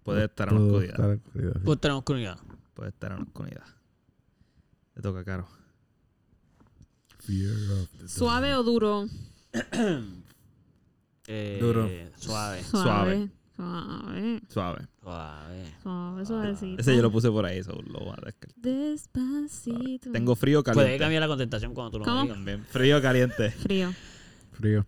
Puede estar en Pues Todo oscuridad. estar en oscuridad, sí. Puede estar en oscuridad. Puede estar en oscuridad. Te toca caro. Fear of the dark. Suave o duro. Eh, Duro. Suave. Suave. Suave. Suave. Suave. Suave. Suave, suavecito. Ese yo lo puse por ahí, eso lo voy a descartar. Despacito. Tengo frío Puede caliente. cambiar la contestación cuando tú lo ¿Cómo? digas. También. Frío caliente. frío. Frío.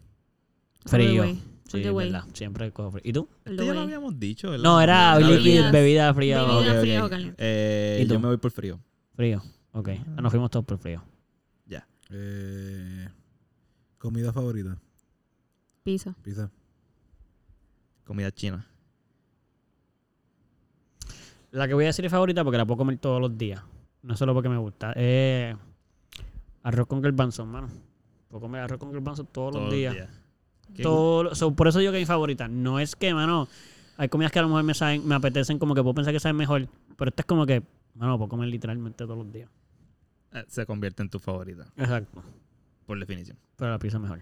Frío. All the way. Sí, All the es way. verdad. Siempre cojo frío. ¿Y tú? All Esto the Este ya lo way. habíamos dicho. ¿verdad? No, era La líquido, bebidas. bebida fría. Ok, Bebida ok. fría o caliente. Eh, ¿Y yo tú? me voy por frío. Frío. Ok. Ah, Nos fuimos todos por frío. Eh, comida favorita. Pizza. Pizza. Comida china. La que voy a decir es favorita porque la puedo comer todos los días. No solo porque me gusta. Eh, arroz con garbanzo, hermano. Puedo comer arroz con garbanzo todos, los días. Qué Todos los- so, por eso digo que es mi favorita. No es que, mano, hay comidas que a lo mejor me saben, me apetecen como que puedo pensar que saben mejor. Pero esta es como que, mano, puedo comer literalmente todos los días. cool. Eh, Se convierte en tu favorita, Exacto. por definición. Pero la pizza es mejor.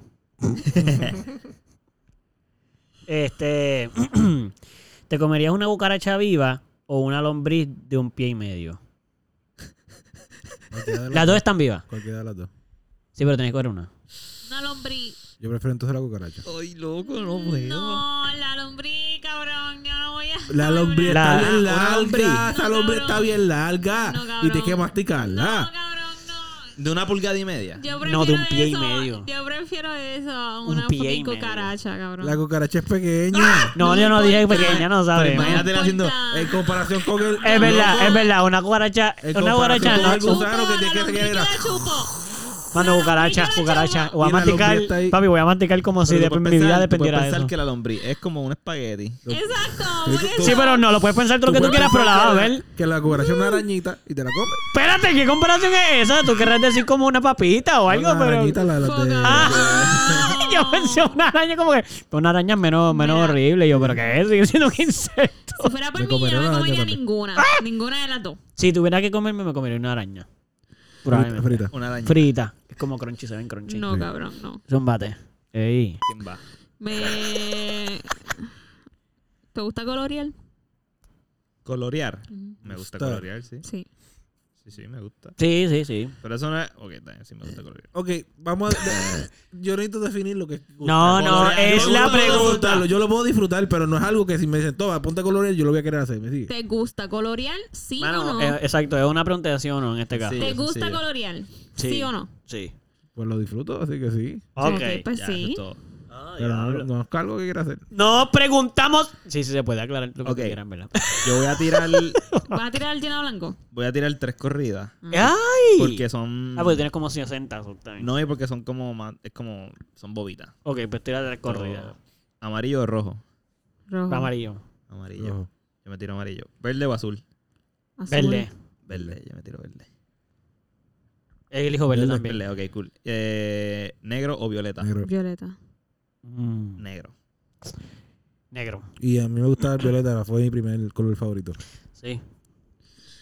este. ¿Te comerías una cucaracha viva o una lombriz de un pie y medio? Cualquiera de las Las dos están vivas. Cualquiera de las dos. Sí, pero tenés que coger una. Una lombriz. Yo prefiero entonces la cucaracha. Ay, loco, No, la lombriz, cabrón. Yo no voy a. La lombriz La- está bien una lombriz. larga. Esa No, lombriz cabrón. está bien larga. No, y cabrón. tienes que No, masticarla. cabrón, no. De una pulgada y media. Yo No, prefiero de un pie y eso. medio. Yo prefiero eso a Un una pie y fucking medio. cucaracha, cabrón. la cucaracha es pequeña. No, No yo no dije importa. pequeña, no sabes. Pero imagínate- importa. haciendo- En comparación con el. Es verdad, es verdad. Una cucaracha. En Una cucaracha comparación no. con el no- gusano. que te- la que te lombriz quede la- la chupo. Mano, cucaracha, la cucaracha. chupa. Voy a Y la lombriz masticar. está ahí. Papi, voy a masticar como si después mi vida dependiera de pensar eso. que la lombriz es como un espagueti. Exacto, Tú- por eso. Sí, pero no, lo puedes pensar tú lo que tú puedes quieras, pero la vas a pensar que ver. Que la cucaracha es Mm. una arañita y te la comes. Espérate, ¿qué comparación es esa? Tú querrás decir como una papita o algo, No, la pero. arañita, la, la de- Ah, yo pensé una araña como que. pero Una araña es menos, menos Mira. horrible. Y Yo, pero ¿qué es? Sigue siendo un insecto. Si fuera por Me mí, yo comeré no una me comería araña también. ninguna. ¡Ah! Ninguna de las dos. Si tuviera que comerme, me comería una araña. frita, Probablemente. frita. Una araña. Frita. Es como crunchy, se ven crunchy. No, cabrón, no. Zumbate. Ey. ¿Quién va? Me. ¿Te gusta colorear? Colorear. Ujú. Me gusta Gustar. colorear, sí. Sí. Sí, sí, me gusta. Sí, sí, sí. Pero eso no es... Ok, también sí me gusta colorear. Ok, vamos a. de- yo necesito definir lo que es. gustar. No, no, Colorear. es Yo la lo puedo pregunta. disfrutarlo, Yo lo puedo disfrutar, pero no es algo que si me dicen, toma, ponte a colorear, yo lo voy a querer hacer. ¿Me sigue? ¿Te gusta colorear? Sí o Mano, no. eh, exacto, es una pregunta de sí o no en este caso. Sí. ¿Te gusta sencillo. colorear? Sí. o no. Sí. Pues lo disfruto, así que sí. Ok. pues Ya, eso sí. es todo. Ah, Oh, Pero no, diablo. no es algo que quiera hacer. No preguntamos. Sí, sí, se puede aclarar lo que Ok. tú quieras, ¿verdad? Yo voy a tirar... ¿Vas a tirar el lleno blanco? voy a tirar tres corridas. ¿Eh? ¡Ay! Porque son... Ah, pues tienes como 60 o también. No, y porque son como más... Es como... Son bobitas. Ok, pues tira de corrida. So, Amarillo o rojo. Rojo. Amarillo. Amarillo. Rojo. Yo me tiro amarillo. ¿Verde o azul? azul. Verde. Verde, yo me tiro verde. El elijo verde Verde, también. Verde, ok, cool. Eh, ¿Negro o violeta? Negro. Violeta. Mm, Negro. Negro. Y a mí me gustaba el violeta, fue mi primer color favorito. Sí.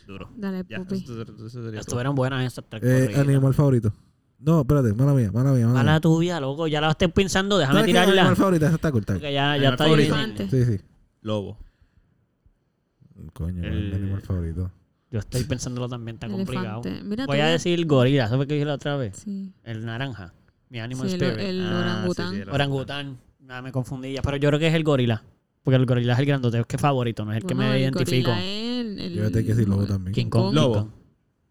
Duro. Dale, Ya, pupi. eso- eso- eso sería todo. Estuvieron buenas esas tres Eh, corridas. animal favorito. No, espérate, mala mía, mala mía. Mala Mala mía. tuya, loco. Ya la estoy pensando. Déjame ¿Sabes qué? tirarla. Animal favorito, esa está cortada. Porque ya, ya Animal está favorito. Sí, difícil. sí. Lobo. Coño, El- el... animal favorito. Yo estoy pensándolo también. Está complicado. Elefante. Mira, Voy tú a ya- decir gorila. ¿Sabes qué dije la otra vez? Sí. El naranja. Mi animal Sí, el, spirit. el Ah, sí, orangután. sí, el Orangután. Nada, me confundí ya. Pero yo creo que es el gorila. Porque el gorila es el grandote, es que favorito, no es el que Bueno, me el identifico. gorila es el- el- Yo te que sí, lobo también. King Kong. Lobo. King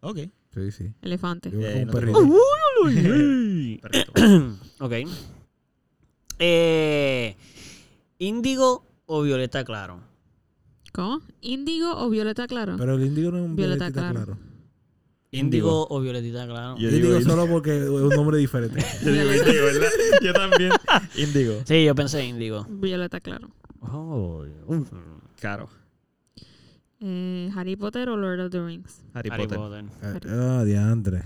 Kong. Ok. Sí, sí. Elefante. Yo Eh, como un no te perrito. preocupes. Perrito. ok. Eh, ¿Índigo o violeta claro? ¿Cómo? ¿Índigo o violeta claro? Pero el índigo no es un Violeta violetita, claro. claro. ¿Índigo o violetita claro? Yo índigo digo índigo. solo porque es un nombre diferente. Yo digo índigo, ¿verdad? Yo también. Índigo. Sí, yo pensé índigo. Violeta claro. Oh, uf. Claro. Eh, Harry Potter o Lord of the Rings. Harry, Harry Potter. Potter. Ah, diantre.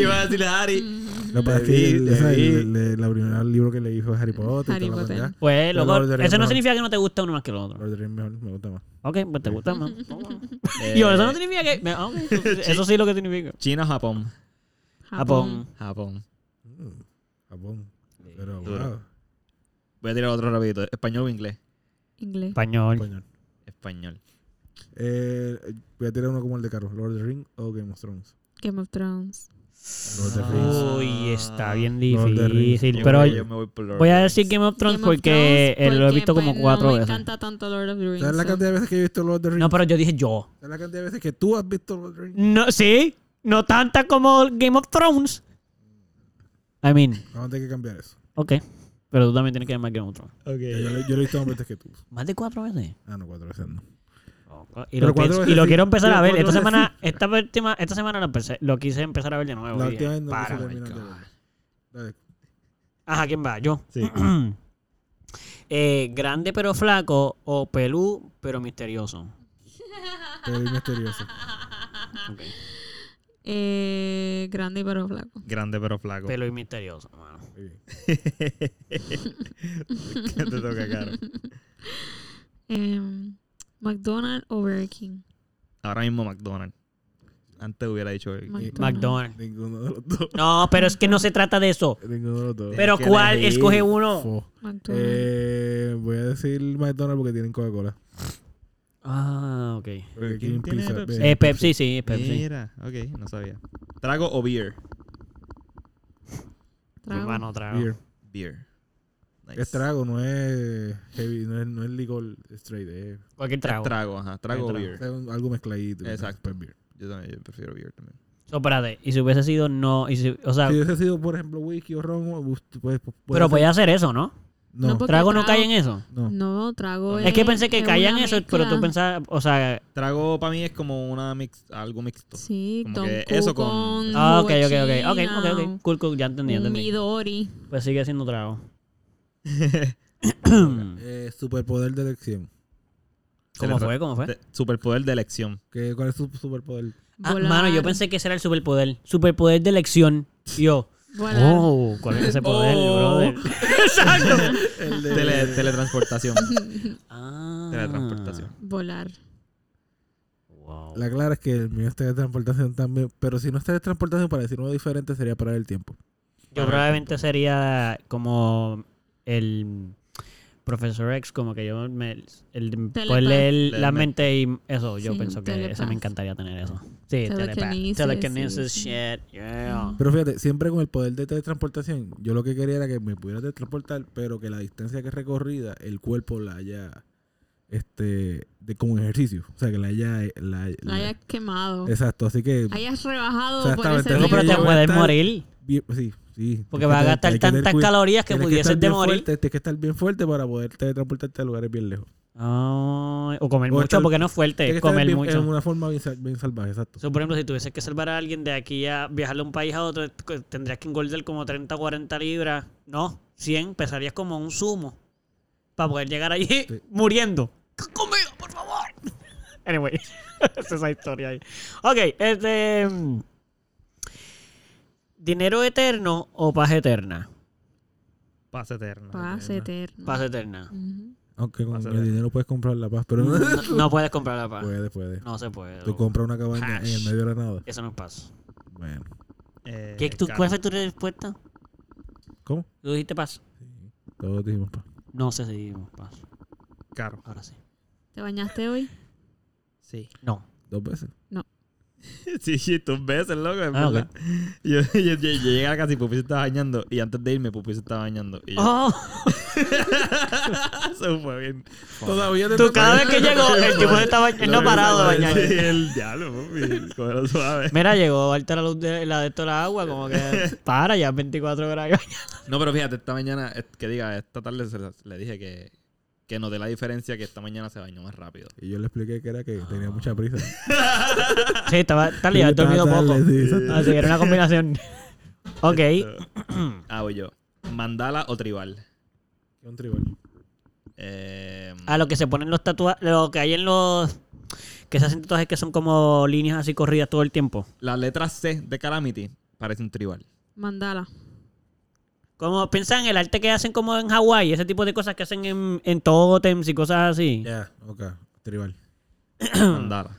Iba a decirle a Harry. Lo que pasa es Te que vi, el- te esa- vi. el- el- la primera libro que leí fue Harry Potter. Harry y toda la Potter. pendeja. Pues, Pero loco, Lord of the eso no Rings, significa que no te gusta uno más que el otro. Lord of the Rings mejor, me gusta más. Ok, pues te gusta más. Eh, Y Mm. eso no significa que... me- ah, ok, eso- Eso sí es lo que significa. China o Japón. Japón. Japón. Mm, Japón. Pero, Duro. wow. Voy a tirar otro rapidito. ¿Español o inglés? Inglés. Español. Español. Español. Eh, voy a tirar uno como el de Carlos. Lord of the Rings o Game of Thrones. Game of Thrones. Lord of Ah. the Rings. Uy, está bien Lord of the Rings. difícil. Yo Pero creo que yo me voy por Lord voy a of the decir Rings. Game of Thrones Game of porque Thrones, eh, lo he visto porque, como pues, cuatro no veces. Me encanta tanto Lord of the Rings. ¿Sabes la so- cantidad de veces que yo he visto Lord of the Rings? No, pero yo dije yo. ¿Sabes la cantidad de veces que tú has visto Lord of the Rings? No, sí, no tanta como Game of Thrones. I mean, Vamos a tener que cambiar eso. ok. Pero tú también tienes que llamar Game of Thrones. Yo, yo lo yo lo he visto más veces que tú. Más de cuatro veces. Ah, no, cuatro veces no. Y Pero cuatro lo, pienso- y veces lo sí. quiero empezar Pero a ver. Esta cuatro veces semana, esta última, esta semana lo, empecé- lo quise empezar a ver de nuevo. La dije, última vez no para. se termina de God. verlo. Dale. Ajá, ¿quién va? Yo. Sí. Eh, grande pero flaco o pelú pero misterioso. Pero es misterioso. Ok. Eh, grande pero flaco. Grande pero flaco. Pelo y misterioso, mano. Muy bien. ¿Qué te toca, caro? Em, McDonald's o Burger King. Ahora mismo McDonald's. Antes hubiera dicho Burger King. McDonald's. McDonald's. Ninguno de los dos. No, pero es que no se trata de eso. Ninguno de los dos. Pero que ¿cuál? elegir. Escoge uno. Fo. McDonald's. Eh, voy a decir McDonald's porque tienen Coca-Cola. Ah, ok. Porque Burger tienen King tiene pizza. Pepsi. ve. Eh, Pepsi, sí, es Pepsi. Mira, ok, no sabía. ¿Trago o beer? Trago. Hermano, trago. Beer. Beer. Nice. Es trago, no es heavy, no es, no es licor straight. Es, Cualquier trago. Trago, ajá. Trago o Trago. beer. es un- algo mezcladito. ¿no? Exacto. Pues beer. Yo también yo prefiero beer también. So, espérate, y si hubiese sido no, y si- o sea, Si hubiese sido, por ejemplo, whisky o ron, pues, pues, puede pero ser- podía hacer eso, ¿no? No, No, no, Porque Trago no trago- cae en eso. No, trago. Es que pensé que es caía en una eso, pero tú mezcla. pensabas, o sea, Trago para mí es como una mix, algo mixto. ¿Eh? Sí, Como Tom que Cook eso con- con ah, ok, jugo ok, de ok, ok, china, ok, ok, cool, cool, ya entendí, ya Un entendí. Midori. Pues sigue siendo trago. Eh, superpoder de elección. ¿Cómo fue? ¿Cómo fue? De- superpoder de elección. ¿Qué, ¿Cuál es su superpoder? Ah, volar, mano, yo pensé que ese era el superpoder, superpoder de elección. Yo, volar. oh, ¿cuál es ese poder, Oh. brother? El de- Tele- teletransportación. Ah. teletransportación. Volar. Wow. La clara es que el mío está de transportación también. Pero si no está de transportación, para decir uno diferente, sería parar el tiempo. Ah, Yo probablemente sería como el profesor X, como que yo me, el Telepath. poder leer la Leerme. mente y eso, yo Sí, pienso que telepath. ese me encantaría tener eso. Sí, telepath. Telekinesis, Telekinesis sí, sí. shit, yeah. Pero fíjate, siempre con el poder de teletransportación, yo lo que quería era que me pudiera teletransportar, pero que la distancia que es recorrida, el cuerpo la haya, este, de como ejercicio. O sea, que la haya... eh, La, La la- hayas quemado. exacto, así que... Hayas rebajado por Exactamente, ese no, No, pero Sí, te yo voy a puedes estar- morir, bien- sí, sí. porque vas a gastar tantas calorías que pudieses de te morir. Fuerte, tienes que estar bien fuerte para poder teletransportarte a lugares bien lejos. Ay, o comer O mucho, estar- porque no Tienes es que fuerte, estar comer bien- mucho. En una forma bien, sal- bien salvaje, exacto. So, por ejemplo, si tuvieses que salvar a alguien de aquí a viajarle de un país a otro, c- tendrías que engordar como 30 o 40 libras. No, 100, pesarías como un sumo para poder llegar allí Sí. muriendo. C- ¡Conmigo, por favor! Anyway, esa es esa historia ahí. Ok, este. mm, ¿Dinero eterno o paz eterna? Paz eterna. Paz eterna. Paz eterna. Ujú. Aunque con Pasa el de- dinero puedes comprar la paz, pero no. No, no puedes comprar la paz. puede, puede. No se puede. Pues, Tú loco. compras una cabaña en el Hash. medio de la nada. Eso no es paz. Bueno. Eh, ¿Qué, tú, caro. ¿Cuál fue tu respuesta? ¿Cómo? ¿Tú dijiste paz? Todos dijimos paz. No sé si dijimos paz. Caro. Ahora sí. ¿Te bañaste hoy? Sí. No. Dos veces. Sí, sí, tus veces, loco. en Ah, ok. verdad. Yo, yo, yo- yo llegué a la casa y Pupi se estaba bañando. Y antes de irme, Pupi se estaba bañando. Y yo, Oh, Eso fue bien. Todavía te tú toca- cada vez que llegó, el tipo se estaba. Él no ha parado de bañar. Sí, el diablo, Pupi. Cógelo suave. Mira, llegó alta la luz de la de toda la agua, como que para ya 24 horas. No, pero fíjate, esta mañana, eh, que diga, esta tarde se la- le dije que, que noté la diferencia que esta mañana se bañó más rápido. Y yo le expliqué que era que Ah. tenía mucha prisa. Sí, estaba tarde, ya he dormido Tarde, poco. sí, exacto. Así que era una combinación. Ok. Ah, voy yo. Mandala o tribal. Un tribal. Eh, A lo que se ponen los tatuajes, lo que hay en los. Que se hacen tatuajes que son como líneas así corridas todo el tiempo. la letra C de Calamity parece un tribal. Mandala. Como piensan en el arte que hacen como en Hawái, ese tipo de cosas que hacen en, en totems y cosas así. Ya, ok. Tribal. Mandala.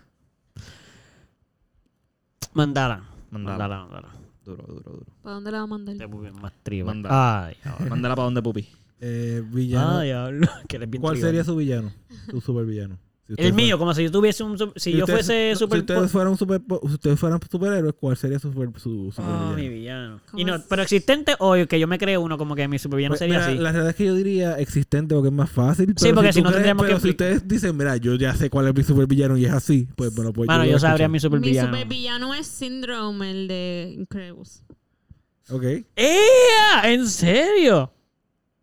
Mandala. Mandala. Mandala, mandala. Duro, duro, duro. ¿Para dónde la va a mandar? Este es muy- más tribal. Mandala. Ay, Mandala para donde, Pupi. Eh, villano. ay, diablo, que les bien ¿Cuál Ah, tribal. sería su villano? Su supervillano. Si usted El fuera- mío, como si yo tuviese un. sup- Si, si yo usted- fuese no, super. Si ustedes fueran, un super, si ustedes fueran superhéroes, ¿cuál sería su, super, su Oh, mi supervillano? villano. ¿Cómo Y no, es? pero existente o que yo me creo uno como que mi supervillano Pues, sería mira, así. La realidad es que yo diría existente porque es más fácil. pero porque si tú no tendríamos pero que Si expli- ustedes dicen, mira, yo ya sé cuál es mi supervillano y es así, pues bueno, pues. Mano, lo yo voy a sabría mi escuchar. Mi supervillano. supervillano es Syndrome, el de Incredibles. Ok. ¡Ea! ¿En serio?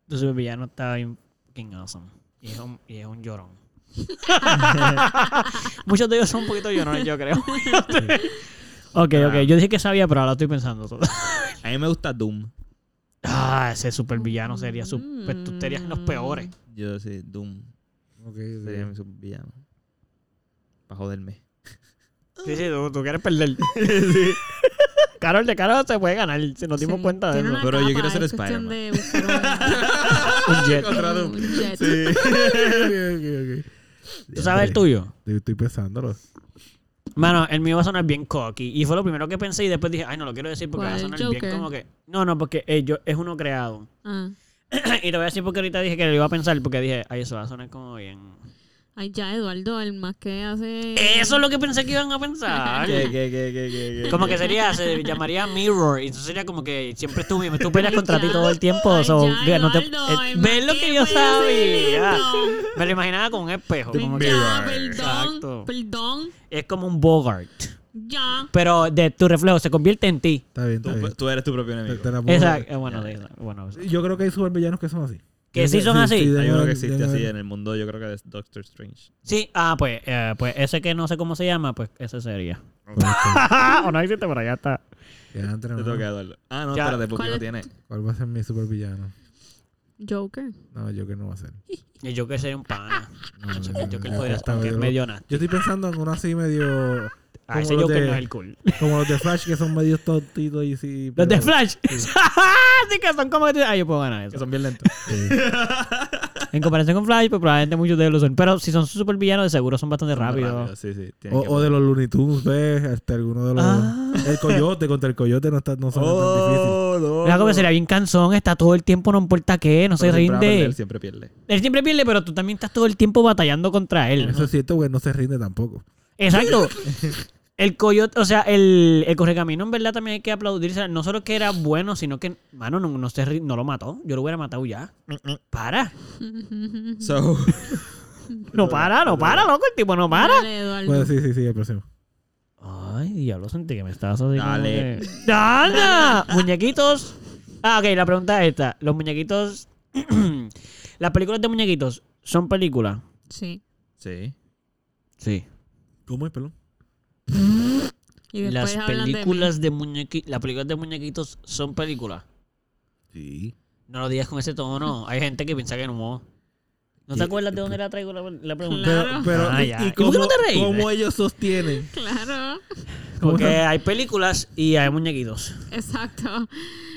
Tu supervillano está bien fucking awesome. Y es un, y es un llorón. Muchos de ellos son un poquito llorones, yo creo. ok, Ah. ok. Yo dije que sabía, pero ahora estoy pensando. todo. A mí me gusta Doom. ah, ese supervillano sería super... Tú serías los peores. Yo sí, Doom. Ok, Sería ok. mi subvillano. Para joderme. Sí, sí, tú, tú quieres perder. sí. Carol, de Carol se puede ganar si nos dimos Sí. cuenta de Tiene eso. una Pero yo capa, quiero ser es cuestión Spider-Man. de buscar Un jet. un- un jet. Sí. Ok, ok, ok. ¿Tú sabes el tuyo? Estoy- Estoy pensándolo. Mano, el mío va a sonar bien cocky. Y fue lo primero que pensé y después dije, ay, no lo quiero decir porque va a ¿Cuál? sonar ¿Joker? bien como que... No, no, porque eh, yo- es uno creado. Ah, y te voy a decir porque ahorita dije que lo iba a pensar porque dije, ay, eso va a sonar como bien... Ay, ya, Eduardo, el más que hace. Eso es lo que pensé que iban a pensar. ¿Qué, qué, qué, qué, qué, qué? Como que sería, se llamaría Mirror. Y eso sería como que siempre tú, mismo- tú peleas Ay, contra ti ya. todo el tiempo. Ay, so, ya, que no te- Eduardo, eh, ay, ¿Ves ma, lo ¿qué que yo puede ser sabía? esto? Me lo imaginaba con un espejo. como que- Ya, Exacto. perdón, perdón, es como un Bogart. ya. Pero de tu reflejo se convierte en ti. Está bien, está bien. Tú, tú eres tu propio Te- enemigo. te la puedo- Esa, eh, bueno, de esa- bueno, esa. Yo creo que hay supervillanos que son así. Que sí son así. deben Hay uno haber- que existe deben así haber. en el mundo, yo creo que es Doctor Strange. Sí, ah, pues, eh, pues ese que no sé cómo se llama, pues ese sería. Ok. o no existe, pero ya está. Ya, entre Te no. tengo que darlo. Ah, no, Ya. espérate, porque ¿Cuál no es tiene. ¿Cuál va a ser mi supervillano? Joker. No, yo que no va a ser. Y yo que sería un pana. No, Yo no, que no, podría está estar que es medio medio loco. nasty. Yo estoy pensando en uno así medio. Ah, ese como los Joker de- no es el cool. Como los de Flash que son medios tontitos y sí. Los pero- de Flash. Así que son como que tú dices, ah, yo puedo ganar Que eso. son bien lentos. Sí. En comparación con Flash, pues probablemente muchos de ellos lo son. Pero si son super villanos, de seguro son bastante rápidos. Sí, sí. tienen O, que o de los Looney Tunes, ¿ves? Hasta alguno de los. Ah. El coyote contra el coyote no, está, no son tan difíciles. Oh, no. Mira como que sería bien cansón, está todo el tiempo, no importa qué, no se Pero siempre va a rinde. perder, Siempre pierde. Él siempre pierde, pero tú también estás todo el tiempo batallando contra él. Eso es cierto, güey, no se rinde tampoco. Exacto. El coyote, o sea, el, el correcamino en verdad también hay que aplaudirse. No solo que era bueno, sino que, mano, no, no, se ri- no lo mató. Yo lo hubiera matado ya. Para. Mm. So, No para, no para, loco. El tipo no para. Dale, Eduardo. Bueno, sí, sí, sí, el próximo. Ay, diablo, sentí que me estabas así. como Dale. que- ¡Dale! Muñequitos. Ah, ok, la pregunta es esta. Los muñequitos. Las películas de muñequitos son películas. Sí. sí. Sí. ¿Cómo es, pelón? Y después Las hablan películas de muñequitos. Las películas de muñequitos son películas. Sí. No lo digas con ese tono. Hay gente que piensa que no. ¿No Sí, te acuerdas de dónde la traigo la, la pregunta? Pero, pero Ah, ¿y- ya. ¿y, ¿Y por qué no te reís? cómo ellos sostienen? de mí. Claro, Porque hay películas y hay muñequitos. Ah, exacto.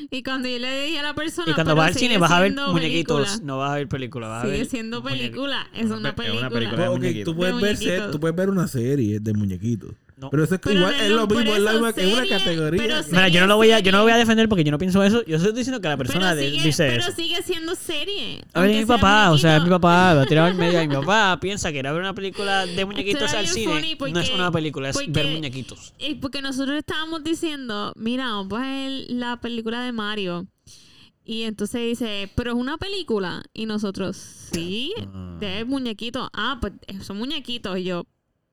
Y cuando yo le dije a la persona. Y cuando pero vas al sigue cine vas a ver siendo muñequitos, película. no vas a ver películas. Vas a Sigue ver siendo muñequi- película. Es Una una pe- es una película. película. Ok, muñequitos. tú puedes, De ver, se- muñequitos. tú puedes ver una serie de muñequitos. No. Pero eso es que Pero igual no, es no, lo mismo, por es la eso misma que una serie, categoría. pero sí. Mira, yo no lo serie, voy a, yo no lo voy a serie. defender porque yo no pienso eso. Yo estoy diciendo que la persona pero de- sigue, dice pero eso. sigue siendo serie. A ver, aunque mi sea papá, o sea, es mi muñequito. papá, lo tiraba en medio. y Mi papá piensa que era ver una película de muñequitos Será al bien cine. funny porque- no es una película, es ver porque- muñequitos. Y porque nosotros estábamos diciendo, mira, vamos a ver la película de Mario. Y entonces dice, pero es una película. Y nosotros, sí, de muñequitos. Ah, pues son muñequitos. Y yo,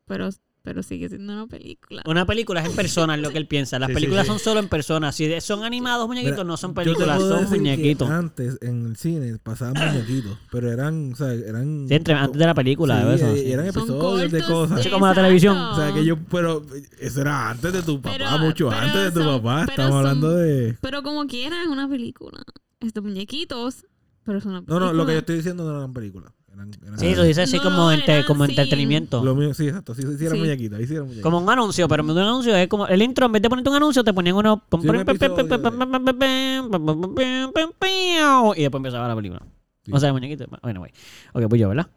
pero, pero sigue siendo una película. Una película es en personas lo que él piensa. Las Sí, sí, películas sí. son solo en personas. Si de- son animados muñequitos, no son Yo te películas, puedo son decir que muñequitos. Antes en el cine pasaban muñequitos, pero eran, o sea, eran. Sí, entre- antes de la película, Sí, eso, eh, sí. eran Son episodios de cosas. Sí, como la televisión. O sea, que yo, pero eso era antes de tu papá, Pero- mucho pero antes de tu son- papá. pero Estamos son- hablando de. Pero como quiera, es una película. Estos muñequitos, pero son una No, película. no, lo que yo estoy diciendo no eran películas. Eran, eran- Sí, lo dice así No, como, entre- eran, como sí. entretenimiento. Lo mío, sí, exacto. Sí, sí, sí eran Sí. muñequitos. Ahí sí eran muñequitos. Como un anuncio, pero en vez de un anuncio es como el intro, en vez de ponerte un anuncio, te ponían uno. Sí, un episodio de- Y después empezaba la película. Sí. O sea, el muñequito. Bueno, güey. Ok, pues yo, ¿verdad?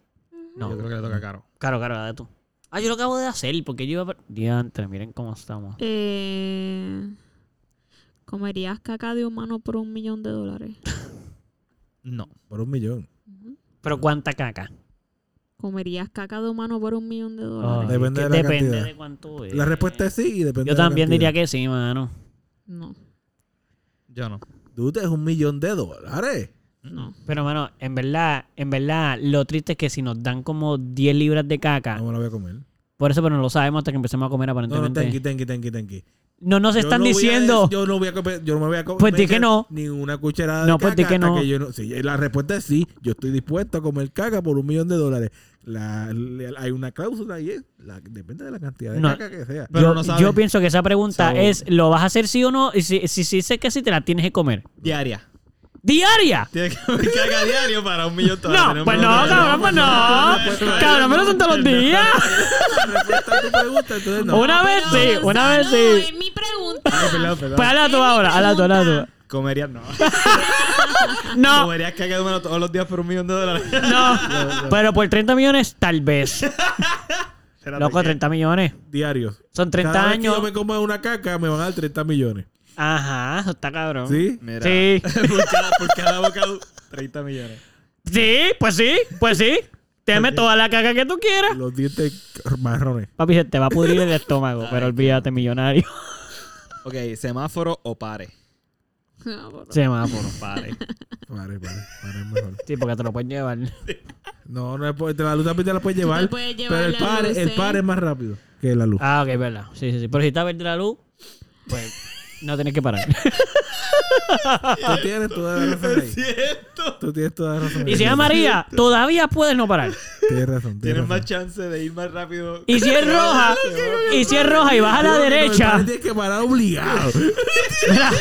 No. Yo creo que le toca caro. Claro, claro, dale tú. Ah, yo lo acabo de hacer porque yo iba a. ver- Diantre, miren cómo estamos. Eh, ¿Comerías caca de humano por un millón de dólares? No. Por un millón. Ujú. Pero cuánta caca. ¿Comerías caca de humano por un millón de Ay, dólares? Depende de que la depende cantidad. de cuánto es. La respuesta es sí y depende Yo también diría que sí, mano. No, Yo no. Dude, es un millón de dólares. no. Pero, mano, en verdad, en verdad, lo triste es que si nos dan como 10 libras de caca, No me lo voy a comer. por eso, pero no lo sabemos hasta que empecemos a comer No, no, aparentemente. tenki, tenki, tenki, tenki. No nos Yo están no voy a- diciendo. yo no voy a comer, yo no me voy a comer. Pues di que no. Ninguna cucharada de No, pues di caca que hasta no. yo sí, eh, la respuesta es sí. Yo estoy dispuesto a comer caca por un millón de dólares. La- le- hay una cláusula y es, la- depende de la cantidad de No. caca que sea. Pero yo, no sabes. yo pienso que esa pregunta So- es, ¿lo vas a hacer sí o no? Y si, si, si dices que sí, te la tienes que comer. Diaria. ¡Diaria! Tiene que comer caca diario para un millón de dólares. No, pues no, cabrón, pues no. Cabrón, pero son todos los días. La respuesta a tu pregunta, entonces no. Una vez sí, Pero, una vez no, sí. Es mi pregunta. Perdón, perdón. Pues hazla tú Es mi ahora, hazla tú, hazla pregunta. tú. Comería, no. No, Comerías caca de humano todos los días por un millón de dólares. no. Pero por 30 millones, tal vez. Espérate, Loco, ¿qué? 30 millones. Diarios. Son 30 Cada vez que años. yo me como una caca, me van a dar 30 millones. Ajá, eso está cabrón. ¿Sí? Mira. Sí. por, cada, por cada bocado, 30 millones. Sí, pues sí, pues sí. Teme toda la caca que tú quieras. Los dientes marrones. Papi, se te va a pudrir el estómago, pero olvídate, millonario. Ok, semáforo o pare. No, por- Semáforo. Pare. Vale, vale, vale, mejor. Sí, porque te lo pueden llevar. No, no es por- te la luz también te la puedes llevar. te puedes llevar pero el la par, luz, el ¿eh? par es más rápido que la luz. Ah, ok, es verdad. Sí, sí, sí. Pero si está verde la luz, pues no tenés que parar. Tú tienes toda la razón ahí. Cierto. Tú tienes toda la razón. ahí. Y si es amarilla, todavía puedes no parar. Tienes razón. Tienes razón. más chance de ir más rápido. Y si es roja, y si es roja y vas a la Digo, con el derecha, par Tienes que parar obligado. mira,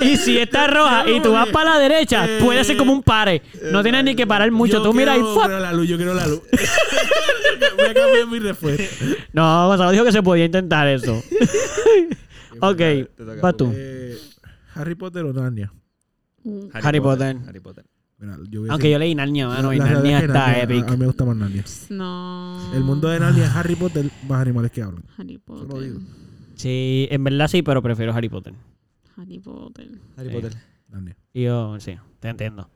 y si está roja y tú vas para la derecha, puede ser como un pare. No tienes ni que parar mucho. eh, Yo Tú miras y quiero- ¡fuck! quiero la luz, yo quiero la luz. Voy a cambiar mi respuesta. No, Gonzalo dijo que se podía intentar eso. ok, Te toca, va tú. Eh, Harry Potter o Narnia. Harry Potter. Harry Potter. Mira, yo voy a Aunque decir- yo leí Narnia, mano, y la realidad Narnia es que está Narnia- A, a epic. mí me gusta más Narnia. No. El mundo de Narnia es Harry Potter, más animales que hablan. Harry Eso Potter. lo digo. Sí, en verdad sí, pero prefiero Harry Potter. Harry Potter. Harry Sí. Potter. Narnia. Y Yo, sí, te entiendo.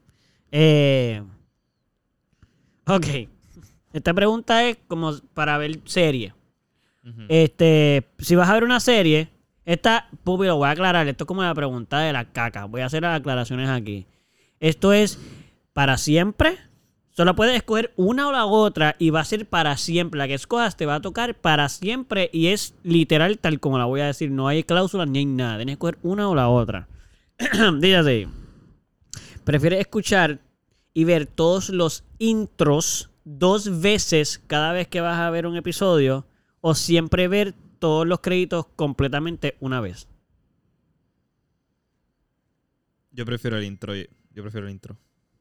Eh, ok. Esta pregunta es como para ver serie. Ujú. Este, si vas a ver una serie, esta, Pupi, lo voy a aclarar. Esto es como la pregunta de la caca. Voy a hacer las aclaraciones aquí. Esto es para siempre. Solo puedes escoger una o la otra y va a ser para siempre. La que escojas te va a tocar para siempre y es literal tal como la voy a decir. No hay cláusulas ni hay nada. Tienes que escoger una o la otra. Dice así. Prefieres escuchar y ver todos los intros dos veces cada vez que vas a ver un episodio o siempre ver todos los créditos completamente una vez. Yo prefiero el intro. Yo yo prefiero el intro.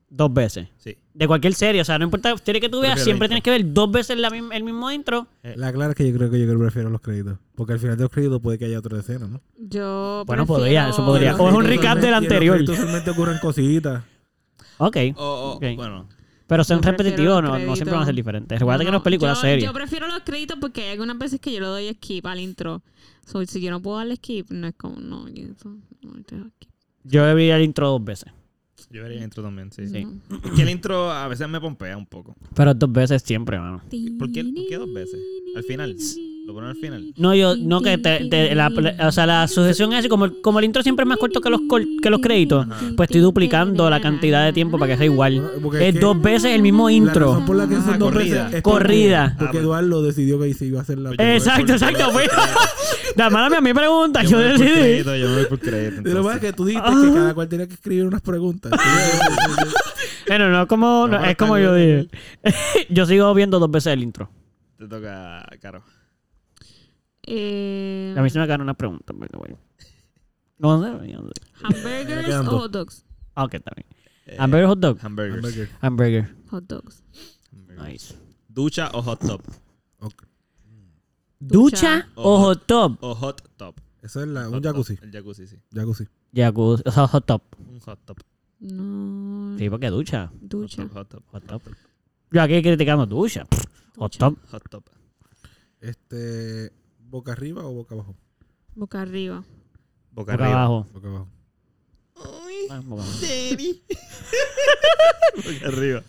Dos veces. Sí. De cualquier serie, o sea, no importa serie que tú veas, Prefiero siempre el tienes que ver dos veces la mim- el mismo intro. Eh, La clara es que yo creo que yo creo que prefiero los créditos. Porque al final de los créditos puede que haya otra escena, ¿no? Yo. Bueno, prefiero- podría, eso podría. Los O es un créditos recap solamente- del y en los anterior. créditos solamente ocurren cositas. Ok. O, o- Ok. bueno. Pero son Yo prefiero repetitivos, los no, no créditos. siempre van a ser diferentes. Recuerda que No, no es película, yo, serie. Yo prefiero los créditos porque hay algunas veces que yo le doy skip al intro. So, si yo no puedo darle skip, no es como, no, yo eso, no, yo dejo skip. Yo vi el intro dos veces. Yo vería el intro también, sí. Sí. Es que el intro a veces me pompea un poco. Pero dos veces siempre, mano. ¿Por qué, por qué dos veces? Al final. Lo ponen al final. No, yo, no que te, te- la, o sea, la sucesión es así, como el, como el intro siempre es más corto que los, col- que los créditos, pues estoy duplicando la cantidad de tiempo para que sea igual. Eh, Bueno, Ah, porque Es que dos veces el mismo La intro. razón por la que Ah, son dos corrida. veces es porque- Corrida. Porque Ah, Pues Eduardo decidió que se iba a hacer la. Exacto, exacto. pues. Fui. La mala mi pregunta, yo me voy por decidí. crédito, yo me voy por crédito. Lo que pasa es entonces. que tú dijiste que cada cual tenía que escribir unas preguntas. Bueno, no, como, no, No, es como yo dije. Yo sigo viendo dos veces el intro. Te toca, Caro. Eh, A mí se me quedaron unas preguntas. pero bueno. No sé. yo no sé. ¿Hamburgers quedan o dos. hot dogs? Ah, Ok, está bien. Eh, Hamburger o hot dog. Hamburgers. Hamburger. Hamburger. Hot dogs. Hamburgers. Nice. Ducha o hot top. Ok. Ducha o hot top. O hot top. Esa es la, un Hot top. jacuzzi. El jacuzzi, sí. Jacuzzi. Jacuzzi. O sea, hot top. Un hot top. Hot No. Sí, porque ducha. Ducha. top, Hot top. Hot top. Yo aquí criticamos ducha. Pff, Hot top. Hot top. Este. ¿Boca arriba o boca abajo? Boca arriba. Boca Boca arriba. abajo. Boca abajo. Ah, boca abajo. Boca arriba.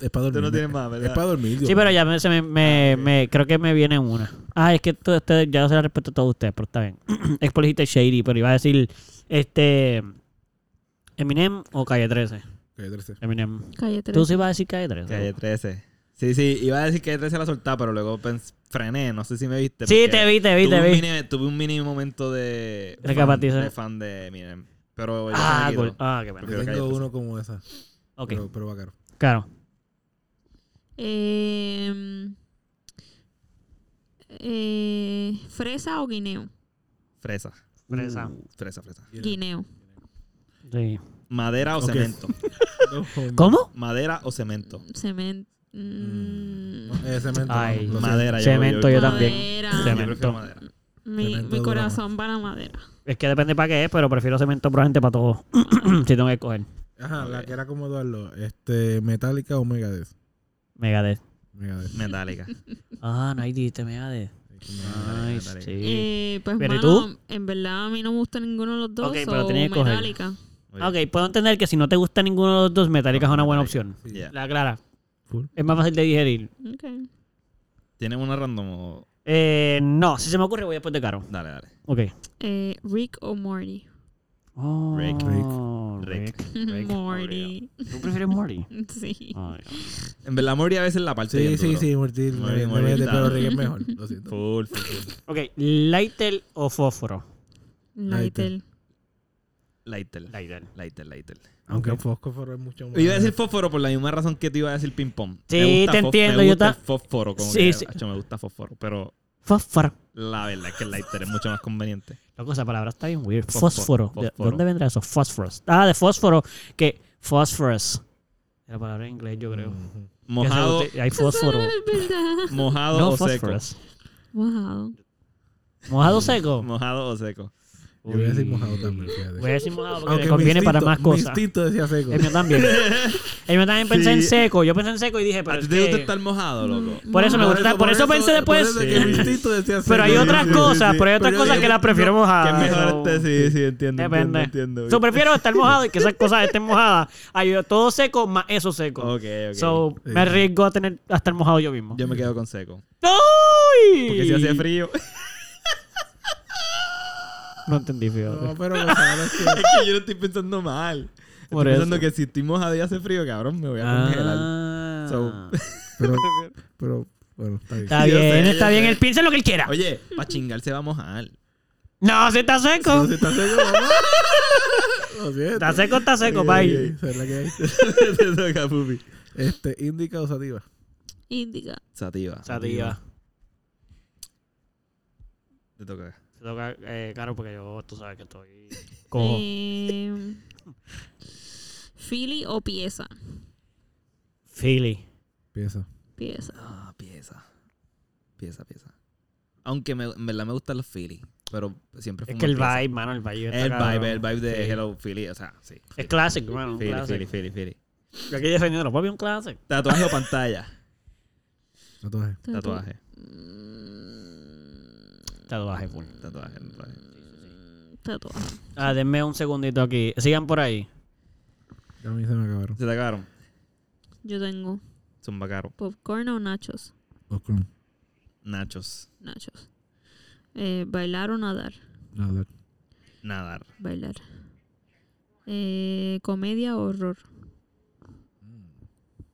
Es para dormir. Tú no tienes más, Es ¿verdad? para dormir. Dios Sí, mío. pero ya me, se me, me- me- creo que me viene una. Ah, es que todo este- ya se la respeto a todos ustedes, pero está bien. es por dijiste Shady, pero iba a decir este Eminem o Calle 13. Ok, trece. Eminem. Calle 3. Tú sí ibas a decir Calle 13. Calle 13. Sí, sí, iba a decir que 13 la soltaba, pero luego pens- frené, no sé si me viste. Sí, porque te vi, te vi, eh, tuve te un vi. mini- tuve un mini momento de fan, Recapitulación. de fan de Eminem. Pero ya se me Ah, quitó. cool. Ah, qué pena. Prefiero Yo tengo cállate. uno como esa. Ok, Pero, pero va caro. claro. Eh, eh, ¿Fresa o guineo? Fresa, Fresa. fresa, fresa. Guineo. Sí. Madera o Ok. cemento. No, hombre. ¿Cómo? Madera o cemento. Cemento. Mm, Eh, cemento. Ay, no, lo madera. yo- Cemento yo, yo- también. madera. Yo Cemento. prefiero madera. Mi, Cemento mi dura corazón va a la madera. Es que depende para qué es, pero prefiero cemento probablemente para todo. si tengo que coger. siento. Ajá, la que era como Eduardo. Este, Metallica o Megadeth. Megadeth. Megadeth. Metálica. Ah, no, ahí dijiste Megadeth. Nice, Metallica. sí. Eh, pues, ¿Pero y mano, en verdad a mí no me gusta ninguno de los dos. Ok, pero so tenía que coger. Metallica. Ok, puedo entender que si no te gusta ninguno de los dos, Metallica es una buena opción. Sí. Yeah. La clara. Cool. Es más fácil de digerir. Ok. ¿Tienen una random o- Eh, no, si se me ocurre voy después de Caro. Dale, dale. Ok. Eh, Rick o Morty. Oh, Rick. Rick. Rick. Rick. Morty. ¿Tú prefieres Morty? Ah. Sí. Ay, no. En verdad, Mori a veces la parte Sí, sí, sí, Morty. Muy Me bien, me muy bien. mete, pero Rick es mejor. Lo siento. Full, full, full. ok, lighter o fósforo. Lightel. Lighter. Lighter. Lighter, lighter. Aunque Ok. el fósforo es mucho más. Yo Iba a decir fósforo por la misma razón que te iba a decir ping-pong. Sí, Me gusta te fo- entiendo, Me yo gusta ta- el fósforo. Como Sí, que, sí. "Acho, me gusta fósforo. Pero Fósforo. la verdad es que el lighter es mucho más conveniente. Loco, esa palabra está bien weird. Fósforo. Fósforo, ¿De fósforo. dónde vendrá eso? Phosphorus. Ah, de fósforo. Que Mm. phosphorus. Es la palabra en inglés, yo creo. Ujú. Que se Mojado, ute- Hay fósforo. Es verdad. mojado No, o seco. Mm. phosphorus. Wow. Mojado o seco. Mojado o seco. Yo voy a decir Uy. mojado también. fíjate. Voy a decir mojado porque Aunque le mi conviene para instinto- más Mi cosas. Eh, instinto decía seco. El mío también. El mío también pensé en Sí. seco. Yo pensé en seco y dije, ¿A pero ti es Ah, te gusta que- Mm. estar mojado, loco? Por eso me gusta, por eso pensé después. por eso es que mi instinto decía seco. Pero hay Sí, otras sí, sí, cosas, sí. pero hay otras yo cosas digo, que las prefiero Que mojadas. es mejor so, este, sí, sí, entiendo, entiendo, Depende. entiendo. So, prefiero estar mojado y que esas cosas estén mojadas. Hay todo seco más eso seco. Ok, ok. So, me arriesgo a tener a estar mojado yo mismo. Yo me quedo con seco. ¡Ay! Porque si hace frío. No entendí, fíjate. No, pero Gonzalo, es que- Es que yo no estoy pensando mal. Por estoy pensando eso. que si estoy mojado y hace frío, cabrón, me voy a congelar. Ah. So- pero, pero, bueno, está bien. Está Yo sé, bien, yo está bien. sé. Él piensa en lo que él quiera. Oye, pa' chingar se va a mojar. No, si está seco. Si está seco, mamá. Lo siento. Está seco, está seco, Ok, bye. ok, esa es la que hay. Te toca, Pupi. Este, indica o sativa. Indica. Sativa. Sativa. Te toca. Se toca, eh, claro, porque yo, tú sabes que estoy. Eh, Philly o pieza. Philly. Piensa. Pieza. Ah, pieza. Pieza, pieza. Aunque me, en verdad me gustan los Philly, pero siempre fue Es que el vibe, mano, el vibe. está El cabrón. vibe, el vibe de Sí. Hello Philly, o sea, sí. Es clásico, mano. Philly, clásico. Philly, Philly, Philly. Yo aquí defendiendo los un clase. Tatuaje o pantalla. Tatuaje. Tatuaje. Tatuaje full. Tatuaje. tatuaje. Tatuaje. Ah, denme un segundito aquí. Sigan por ahí. A mí se me acabaron. Se te acabaron. Yo tengo Zumba caro. popcorn o nachos. Popcorn. Nachos. Nachos. Eh, bailar o nadar. Nada. Nadar. Bailar. Eh, comedia o horror.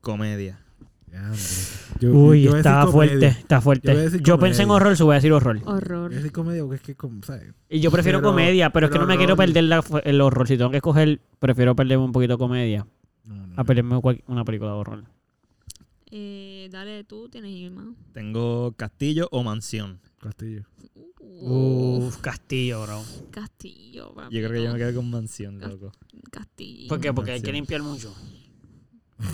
Comedia. Ya, hombre. Yo- Uy, yo voy a decir está comedia. fuerte, está Yo voy a fuerte. Yo, decir pensé en comedia. horror, so voy a decir horror. Voy Horror. a decir comedia porque es que, como, ¿sabes? Y yo prefiero Pero- comedia, pero es que pero no me quiero horror. perder la- el horror. Si tengo que escoger, prefiero perderme un poquito comedia No, no. a perderme cual- una película de horror. Eh, dale, tú tienes irma. Tengo castillo o mansión. Castillo. Uf, Uf, Castillo, bro. Uh, Castillo, papito. Yo creo que yo me quedo con mansión, loco. Castillo. ¿Por qué? Porque hay Mansión. que limpiar mucho.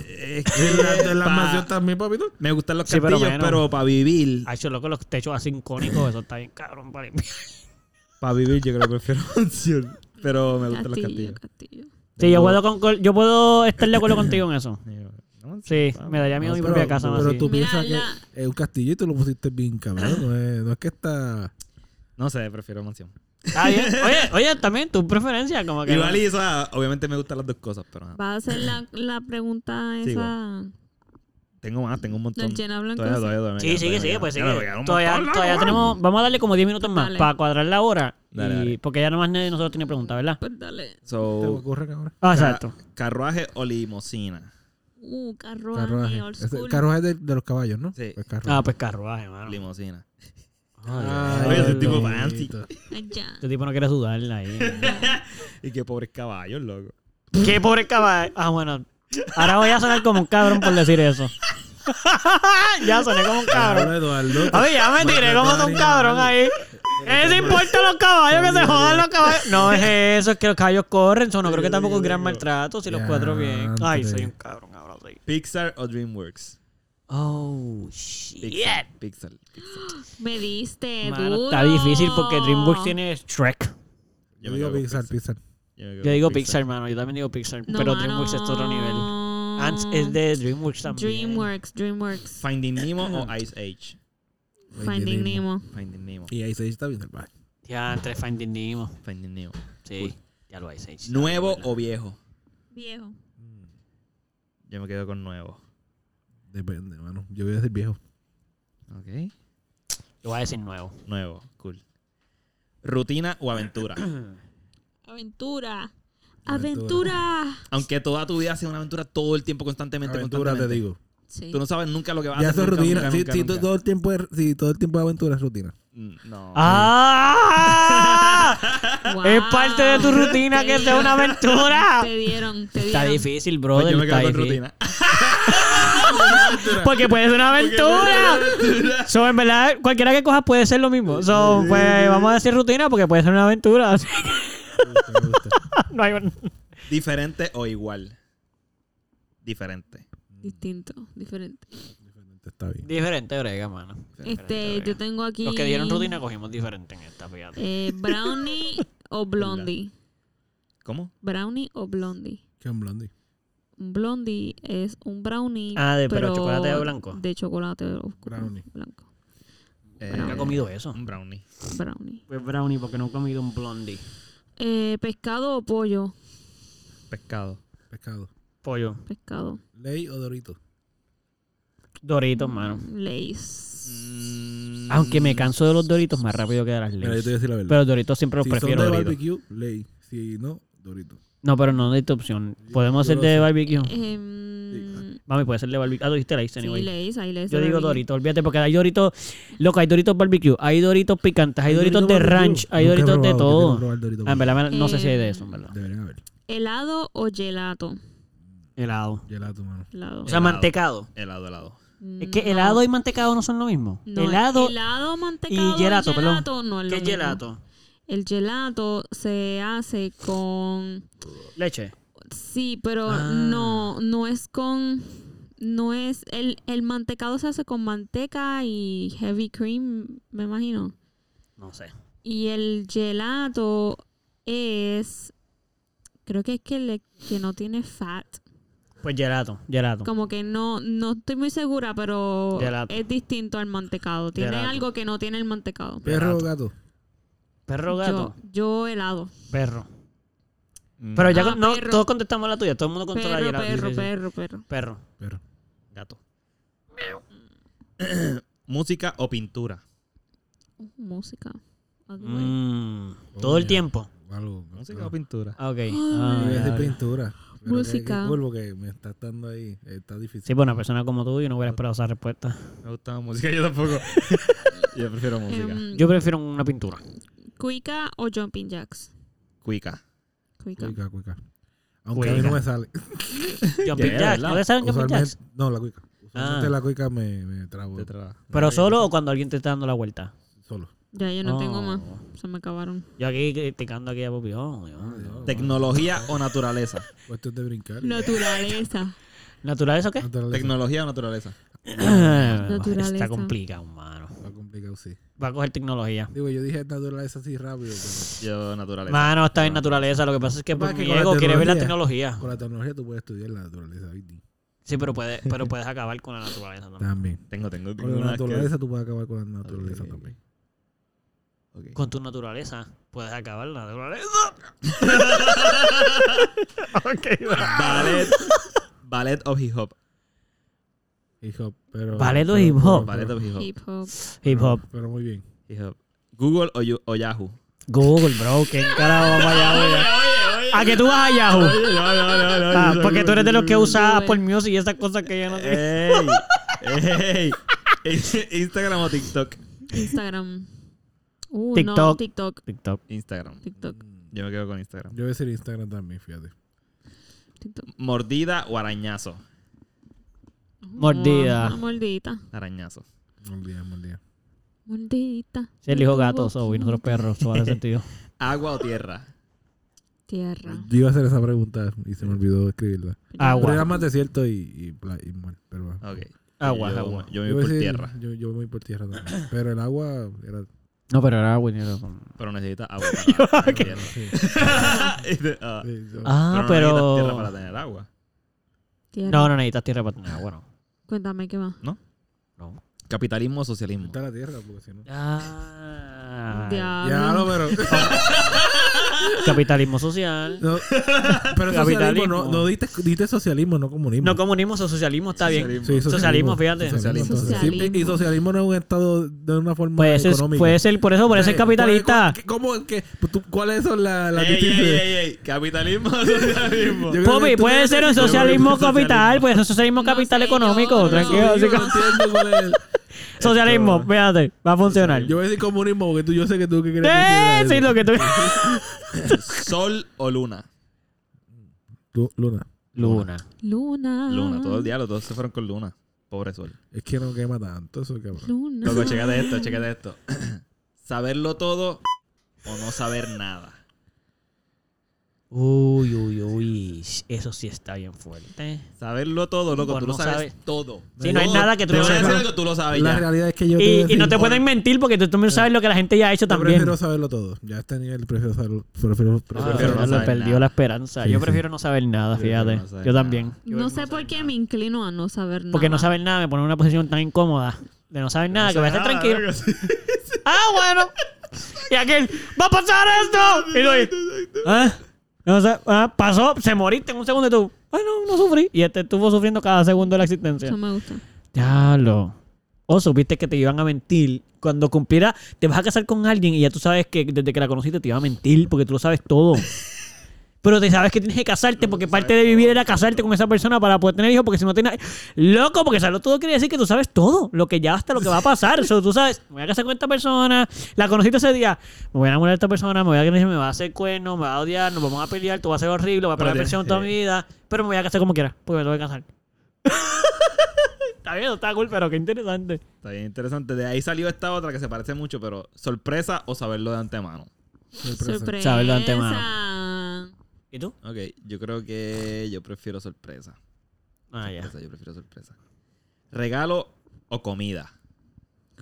Es De la pa- mansión también, papito. me gustan los Sí, pero castillos, menos. pero para vivir, Ha hecho loco los techos así icónicos, eso está bien cabrón para limpiar. para vivir yo creo que prefiero mansión. Pero me gustan Castillo, los castillo. Sí, yo Tengo- puedo, con- con- yo puedo estar de acuerdo contigo en eso. castillos. Sí, me daría miedo No, mi pero- propia casa. más Pero así. tú Mira, piensas la- que es un castillo y tú lo pusiste bien cabrón. No es, no es que está. No sé, prefiero mansión. Ah, bien. Oye, oye, también tu preferencia, como que. Igual y, o sea, obviamente me gustan las dos cosas, pero ajá. ¿Vas a hacer la, la pregunta Sigo. esa tengo más, tengo un montón. del llena blanco? Todavía, todavía, todavía, Sí, sigue, sigue, pues sigue. Ya lo pegaron un Todavía, montón, todavía ¿no? tenemos. Vamos a darle como 10 minutos más Dale. para cuadrar la hora. Dale, y- dale. Porque ya nomás nadie de nosotros tiene pregunta, ¿verdad? Pues dale. ¿Te So, ocurren ahora? Ah, ca- exacto. carruaje o limosina. Uh, carruaje, Carruaje. old Ese- school. carruaje de, de los caballos, ¿no? Sí. Pues carruaje. Ah, pues carruaje, mano. Limosina. Ay, Oye, pues, ah, ese diablo. tipo Ay, fancy. Ay, ya. Este tipo no quiere sudarla ahí. Y qué pobres caballos, loco. Qué pobre caballo. Ah, bueno. Ahora voy a sonar como un cabrón por decir eso. ya soné como un cabrón. Ahora, Eduardo, A ver, ya me tiré como un cabrón ahí. Eso importa los caballos, que se jodan los caballos. No es eso, es que los caballos corren. Eso no creo que tampoco es gran maltrato si los cuatro bien. Ay, soy un cabrón ahora sí. Pixar o DreamWorks. Oh, shit. Pixar. Pixar. Pixar. Me diste, Mano, duro. está difícil porque DreamWorks tiene Shrek. Yo digo quedo con Pixar, Pixar. Yo, me quedo Yo digo con Pixar, hermano. Yo también digo Pixar. No, pero mano. DreamWorks es otro nivel. Ants es de DreamWorks también. DreamWorks, DreamWorks. Finding Nemo o Ice Age. Finding Nemo. Finding Nemo. Y ahí se está bien salvaje. Ya, entre Finding Nemo. Finding Nemo. Sí. Ya lo hay, Sage. ¿Nuevo o viejo? Viejo. Yo me quedo con nuevo. Depende, mano. Yo voy a decir viejo. Ok. Yo voy a decir nuevo. Nuevo. Cool. ¿Rutina o aventura? Aventura. Aventura. Aventura. Aunque toda tu vida sea una aventura todo el tiempo, constantemente, Aventura te constantemente. digo. Sí. Tú no sabes nunca lo que vas a Ya hacer. eso es nunca, rutina. nunca, Si nunca, si nunca. todo el tiempo es- si todo el tiempo de aventura es rutina. Mm, No. ¡Ah! Wow. Es parte de tu rutina que sea una aventura. Te dieron, te dieron. Está difícil, Pues brother. yo me está quedo con difícil. rutina. Porque puede ser una aventura. So, en verdad, cualquiera que cojas puede ser lo mismo. So, pues vamos a decir rutina porque puede ser una aventura. Así que Me gusta. no hay... un- ¿Diferente o igual? Diferente. Distinto, diferente. Diferente, Está bien. Diferente brega, mano. Este, yo tengo aquí. Los que dijeron rutina cogimos diferente en esta, fíjate. Eh, brownie o blondie. ¿Cómo? Brownie o blondie. ¿Qué es un blondie? Un blondie es un brownie. Ah, de- pero chocolate de blanco. De chocolate oscuro, Brownie. blanco. Nunca he comido eso. Eh, Un brownie. Brownie. Pues brownie porque no he comido un blondie. Eh, pescado o pollo. Pescado. Pescado. Pollo. Pescado. ¿Ley o dorito? Doritos, mano. Lays. Mm. Aunque me canso de los doritos más rápido que de las Mm. Mira, yo te voy a leyes. decir la verdad. Pero los doritos siempre los si prefiero. son de Doritos. barbecue, ley. Si no, dorito. No, pero no de esta opción. Podemos Yo ser lo de sé. barbecue. Em, Mami, puede ser de barbecue. Mm. Ah, tú dijiste la sí, anyway. Lays, hay Lays Yo de digo barbecue. Doritos, olvídate, porque hay Doritos. Loco, hay Doritos barbecue, hay Doritos picantes, hay, Doritos, de barbecue. ranch, hay Nunca he Doritos probado, yo de quiero todo. probar Doritos Ah, en verdad, no sé Eh, si hay de eso, en verdad. Deberían haber. ¿Helado o gelato? mm. Helado. Gelato, mano. Helado. O sea, Helado. mantecado. Helado, helado. Es que helado y mantecado no son lo mismo. No, helado, helado, y mantecado, gelato, perdón. no es lo ¿Qué es mismo. gelato? El gelato se hace con Leche. sí, pero Ah. no no es con no es el, el mantecado se hace con manteca y heavy cream, me imagino. No sé. Y el gelato es creo que es que le- que no tiene fat. Pues gelato, gelato. Como que no, no estoy muy segura, pero Gelato. es distinto al mantecado. Tiene Gelato. algo que no tiene el mantecado. Perro o gato. Perro o gato. Yo, yo helado. Perro. Mm. Pero ya Ah, con- no, perro. todos contestamos la tuya, todo el mundo contesta Perro, la gelato. perro, Sí, sí, sí. perro, perro. Perro. Perro. Gato. Música o pintura. Uh, música. All the way. Mm, Oh, todo el yeah. tiempo. Algo. Música gato. o pintura. Ah, Ok. Yo Ah, iba a ya, decir ya. pintura. Pero qué- Música. Qué polvo que me está dando ahí. Está difícil. Sí, pues una persona como tú, yo no hubiera esperado esa respuesta. Me gustaba música, yo tampoco. yo prefiero música. Em, Yo prefiero una pintura. Cuica o jumping jacks. Cuica. Cuica. Cuica, cuica. Aunque a mí Cuica. no me sale. Jumping Ya, jacks. ¿verdad? ¿No te saben jumping Usualmente- jacks? No, la cuica. Ah. Usualmente la cuica me, me trabo Te traba. ¿Pero solo o cuando alguien te está dando la vuelta? solo. Ya yo no tengo Oh. más. Se me acabaron. Yo aquí criticando aquí a Popi. Oh, Dios, Dios. Tecnología o naturaleza. Cuestión de brincar. y- Naturaleza. ¿Naturaleza o qué? Naturaleza. Tecnología o naturaleza. Está Naturaleza. complicado, mano. Está complicado, sí. Va a coger tecnología. Digo, yo dije naturaleza así rápido, pero Yo naturaleza. Mano, está en naturaleza. Lo que pasa es que Lo que pasa es que Popi con la Diego quiere ver la tecnología- tecnología. con la tecnología tú puedes estudiar la naturaleza, ¿viste? Sí, pero, puede, pero puedes acabar con la naturaleza también. También. Tengo, tengo. tengo Con la una que- naturaleza tú puedes acabar con la naturaleza Ok. también. Ok. Con tu naturaleza. Puedes acabar la naturaleza. ok, va. Ballet. Ballet of hip hop. Hip hop, pero... Ballet o pero- hip hop. Ballet of hip hop. Hip hop. Hip hop. Pero muy bien. Hip hop. Google o, Yu- o Yahoo. Google, bro. ¿Qué carajo vamos a Yahoo? ya? ¿A que tú vas a Yahoo? Ah, porque tú eres de los que usa Apple Music y esas cosas que yo no tengo. ¡Ey! ¡Ey! Instagram o TikTok. Instagram. Uh, no, TikTok. TikTok. TikTok. Instagram. TikTok. Yo me quedo con Instagram. Yo voy a decir Instagram también, fíjate. TikTok. Mordida o arañazo. Mordida. Ah, mordidita. Arañazo. Buen día, buen día. Mordidita. Se elijo Estuvo gatos o y nosotros perros. Eso hace sentido. Agua o tierra. Tierra. Yo iba a hacer esa pregunta y se me olvidó escribirla. Pero Agua. era más desierto y, y, pla- y mar, pero bueno. Ok. Agua, yo, agua. Yo Ah, me voy Yo voy a por decir- tierra. Yo, yo voy por tierra también. Pero el agua era... No, pero era agua. Pero necesitas agua para tener tierra. Sí, Y de- ah, sí, yo- Ah, pero no necesitas tierra pero. para tener agua. Tierra. No, no necesitas tierra para tener agua, no. Cuéntame qué más. No. Capitalismo o socialismo. Está la tierra, porque si no... Ah. Diablo. Ya, no, pero... Capitalismo social. No, pero socialismo, no, Capitalismo. no diste, diste socialismo, no comunismo. No comunismo, o socialismo está bien. Socialismo. Sí, Socialismo, fíjate. Socialismo. entonces. Socialismo. Sí, y socialismo no es un estado de una forma Puede ser, económica. Eh, puede ser, por pues eso, por eso es capitalista. ¿Cuál- cuál- ¿Cómo? ¿Qué? ¿Tú- ¿Cuáles son las la Ey, ey, distinciones? ey, ey. Capitalismo o socialismo. Yo- Popi, Tú puede debes ser un decir- socialismo capital, puede ser un socialismo No capital sé, económico, yo no- tranquilo. Sí, así yo no como- entiendo cuál es el- socialismo, fíjate, va a funcionar. Yo voy a decir comunismo porque tú, yo sé que tú que quieres ¡Eh! decir Sí, lo que tú... Sol o luna. Lu- Luna, Luna. Luna. Luna, todo el diablo, todos se fueron con luna. Pobre sol. es que no quema tanto eso, cabrón. Luna. Loco, chécate esto, chécate esto. Saberlo todo o no saber nada. Uy, uy, uy. Eso sí está bien fuerte. Saberlo todo, loco, Pues tú no lo sabes, sabes. todo. Sí, no hay Todo. nada que tú Te no voy a sepas. decir algo, tú lo sabes La ya. realidad es que yo Y, voy a y no te decir- pueden mentir porque tú también sabes lo que la gente ya ha hecho Yo también. prefiero saberlo todo. Ya a este nivel prefiero saberlo. Prefiero, prefiero prefiero no Ah, ya saber le perdió nada. la esperanza. Sí, yo sí. prefiero no saber nada, Yo prefiero fíjate. no saber yo nada. también. No sé por qué me inclino a no saber nada. Porque no saber nada me pone en una posición tan incómoda de no saber nada que voy a estar tranquilo. Ah, bueno. Y aquel, ¡va a pasar esto! Y tú ahí, ¿ah? No sé, ah, pasó, se moriste en un segundo y tú, ¡ay, no, no sufrí! Y este estuvo sufriendo cada segundo de la existencia. Eso me gusta. Diablo. O supiste que te iban a mentir. Cuando cumpliera, te vas a casar con alguien y ya tú sabes que desde que la conociste te iba a mentir porque tú lo sabes todo. Pero te sabes que tienes que casarte porque parte de vivir era casarte con esa persona para poder tener hijos porque si no tienes... Loco, porque saberlo todo quiere decir que tú sabes todo. Lo que ya hasta lo que va a pasar. So, tú sabes, me voy a casar con esta persona. La conociste ese día. Me voy a enamorar de esta persona. Me voy a me va a hacer cuerno. Me va a odiar. Nos vamos a pelear. Tú vas a ser horrible. Voy a poner Pero presión tienes- toda mi vida. Pero me voy a casar como quiera porque me tengo que casar. Está bien, está cool, pero qué interesante. Está bien interesante. De ahí salió esta otra que se parece mucho, pero sorpresa o saberlo de antemano. Sorpresa. Saberlo de antemano. ¿Y tú? Ok, yo creo que yo prefiero sorpresa. Ah, ya. Sorpresa, yo prefiero sorpresa. Regalo o comida.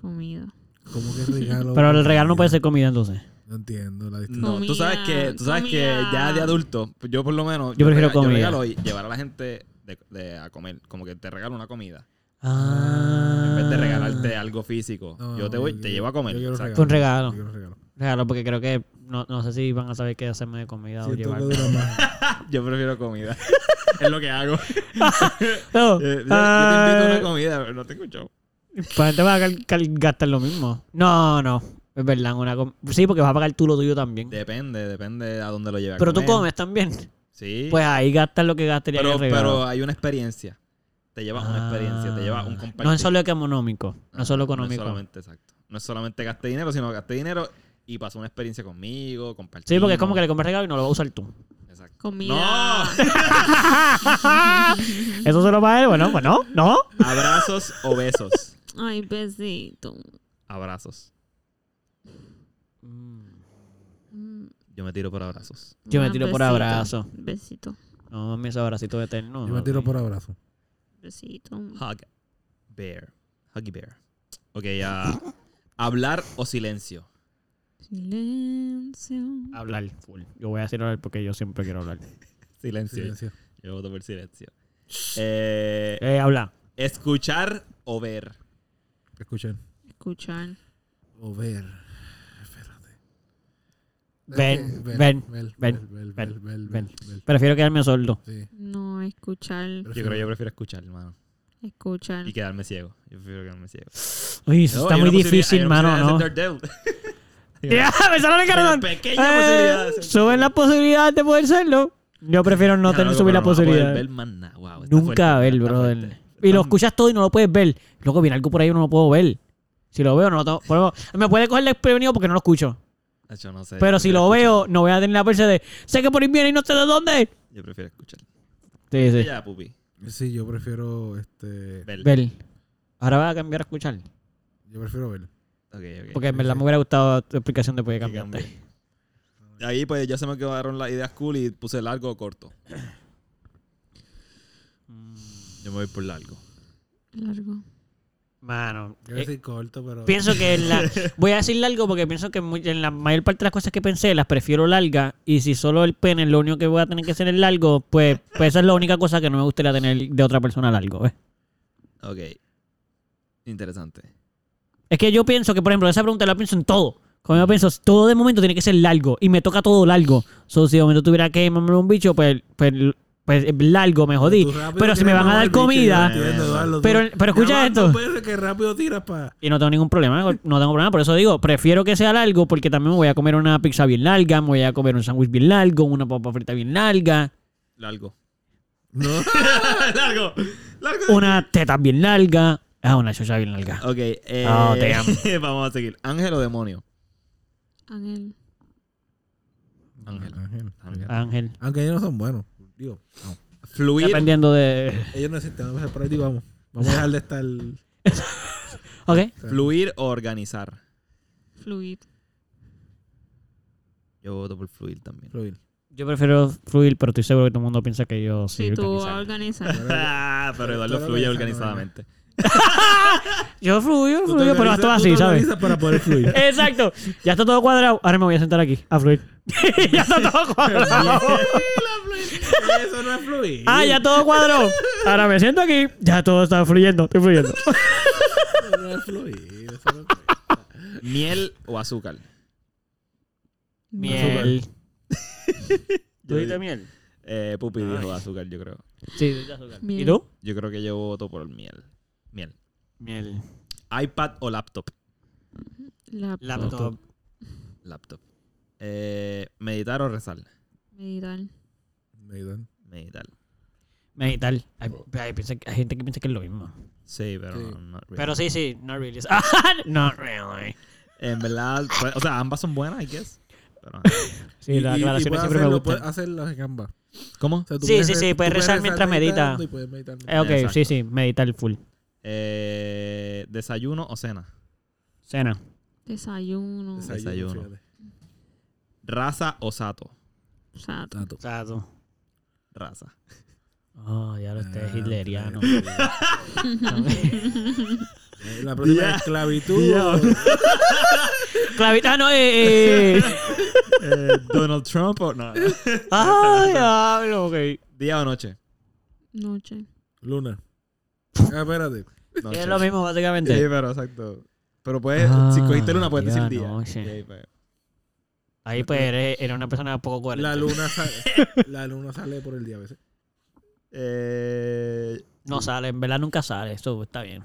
Comida. Como que regalo. Pero el regalo no puede ser comida entonces. No entiendo la distinción. No, tú sabes que, tú sabes que Comida. ya de adulto, yo por lo menos, Yo prefiero rega- comida. regalo y llevar a la gente de, de- a comer. Como que te regalo una comida. Ah. En vez de regalarte algo físico. No, yo te voy, te quiero- llevo a comer. yo quiero Exacto. Un regalo. yo quiero un regalo. Regalo, porque creo que. No, no sé si van a saber qué hacerme de comida o Siento que llevar. dura más. Yo prefiero comida. es lo que hago. Eh, Yo, yo No. Pues te invito a Ah, una comida, pero no tengo show. Para te vas a gal- gal- gastar lo mismo. No, no. Es verdad. Una com- sí, porque vas a pagar tú lo tuyo también. Depende, depende a dónde lo lleves. a Pero tú comer. comes también. Sí. Pues ahí gastas lo que gastaría en pero, el regalo. pero hay una experiencia. Te llevas una experiencia, te llevas un Ah. compartir. No es solo económico. No Ajá, es solo económico. No es solamente, exacto. No es solamente gasté dinero, sino gasté dinero y pasó una experiencia conmigo, compartimos. sí, porque es como que le compras regalo y no lo vas a usar tú. Exacto. Comida. Eso se lo va a él. Bueno, bueno, no. Abrazos o besos. Ay, besito. Abrazos. Mm, Yo me tiro por abrazos. Yo me ah, tiro por besito, abrazo. Besito, No, mami, ese abracito eterno. Yo me tiro por abrazo. besito. Hug. Bear. Huggy bear. Ok, ya. Hablar o silencio. Silencio. Hablar full. Yo voy a decir hablar porque yo siempre quiero hablar. Silencio. Silencio. Yo voto por silencio. Eh, Eh, habla. escuchar o ver. Escuchen. Escuchar. O ver. Espérate. Ven, Eh, ven, Ven. ven, Ven. ven, Ven. ven. Ven. Ven. Prefiero quedarme sordo. Sí. No, escuchar. Yo creo que yo prefiero escuchar, hermano. Escuchar. Y quedarme ciego. Yo prefiero quedarme ciego. Uy, eso No, está hay muy una posibilidad- difícil, hay una mano, ¿no? posibilidad de ser Daredevil. ¡Ya! ¡Me salió el cartón! Pequeña Eh, posibilidad de ser- Suben las posibilidades de poder serlo. Yo prefiero no Ya, tener loco, subir pero la no vas a poder posibilidad. ver más nada. Wow, está Nunca fuerte, ver, está brother. fuerte. Y lo Está- escuchas todo y no lo puedes ver. Luego viene algo por ahí y no lo puedo ver. Si lo veo, no lo tengo. por ejemplo, me puede coger desprevenido porque no lo escucho. Nacho, no sé, Pero yo si prefiero lo veo, escuchar. no voy a tener la persa de sé que por ahí viene y no sé de dónde. Yo prefiero escuchar. Sí, sí. Ya, pupi. Sí, yo prefiero este. Ver. Ver. Ahora vas a cambiar a escuchar. Yo prefiero ver. Ok, ok. Porque en sí, verdad sí. me hubiera gustado tu explicación después de Que cambiarte. cambie. Ahí pues ya se me quedaron las ideas cool y puse largo o corto. Mm. Yo me voy por largo. Largo. Mano. Yo eh, decir corto, pero. Pienso que en la- voy a decir largo porque pienso que muy- en la mayor parte de las cosas que pensé las prefiero largas y si solo el pene es lo único que voy a tener que hacer es largo, pues, pues esa es la única cosa que no me gustaría tener de otra persona largo. ¿ves? Ok. Interesante. Es que yo pienso que, por ejemplo, esa pregunta la pienso en todo. Como yo pienso, todo de momento tiene que ser largo y me toca todo largo. So, si de momento tuviera que mamarme un bicho, pues, pues, pues, largo me jodí. Tú rápido Pero si quieres me van a mamar dar el bicho, yo comida, entiendo, Eduardo, tú- pero- pero escucha Ya van esto. dos veces que rápido tiras para. Y no tengo ningún problema, no tengo problema. Por eso digo, prefiero que sea largo porque también me voy a comer una pizza bien larga, me voy a comer un sándwich bien largo, una papa frita bien larga, Largo. No. largo. Largo. una teta bien larga, ah, una chocha bien larga. Ok. eh, Oh, damn. vamos a seguir. Ángel o demonio. Ángel. Ángel. Ángel. Ángel. Aunque ellos no son buenos. Digo, Fluir. Dependiendo de... ellos no existen. Vamos a por ahí y vamos. Vamos a dejar de estar. Ok. Fluir o organizar. Fluir. Yo voto por fluir también. Fluir. Yo prefiero fluir, pero estoy seguro que todo el mundo piensa que yo Si sí. tú organizado. organizas. Ah, pero Eduardo Pero fluye organizando, organizadamente. Yo fluyo, Tú te fluyo, organizas- pero hasta tú te así, ¿sabes? organizas para poder fluir. Exacto. Ya está todo cuadrado. Ahora me voy a sentar aquí a fluir. ya está todo cuadrado. Eso no es fluir. ah, ya todo cuadrado. Ahora me siento aquí. Ya todo está fluyendo. Estoy fluyendo. Eso no es fluir. Eso no es fluir. Miel o azúcar. Miel. Yo digo- miel? Ah. Eh, Pupi dijo azúcar, yo creo. Sí, yo azúcar. Miel. ¿Y tú? Yo creo que yo voto por miel. Miel. Miel. iPad o laptop. La Laptop. Laptop. Eh, meditar o rezar. meditar. Nathan. Meditar. Meditar. Hay, hay piensa- hay gente que piensa que es lo mismo. Sí, pero Sí. no. not really. Pero sí, sí. Not really. not really. En verdad, pues, o sea, ambas son buenas, I guess. Pero, Sí, las aclaraciones puedes siempre me hacerlo- puedes gustan. hacerlo en ambas. ¿Cómo? O sea, tú Sí, sí, sí, re- puedes tú rezar mientras meditando medita. y puedes meditar. Eh, ok, Exacto. sí, sí. Meditar full. Eh, desayuno o cena. Cena. Desayuno. Desayuno. Raza o sato. O sea, Tato. Exacto. Raza. Oh, ya lo esté Ah, hitleriano. Eh, La próxima Ya. esclavitud. Clavita no eh, eh. Eh, Donald Trump o no. Ay, diablo, ok. Día o noche. Noche. Luna. Ah, espérate. Noche. Es lo mismo, Sí, Eh, básicamente. pero exacto. Pero puedes, Ah, si cogiste luna, puedes decir ya, día. noche. Y ahí, pues, Ahí pues eres- era una persona poco coherente. La luna sale, la luna sale por el día a veces. eh, No sale, en verdad nunca sale. Esto está bien.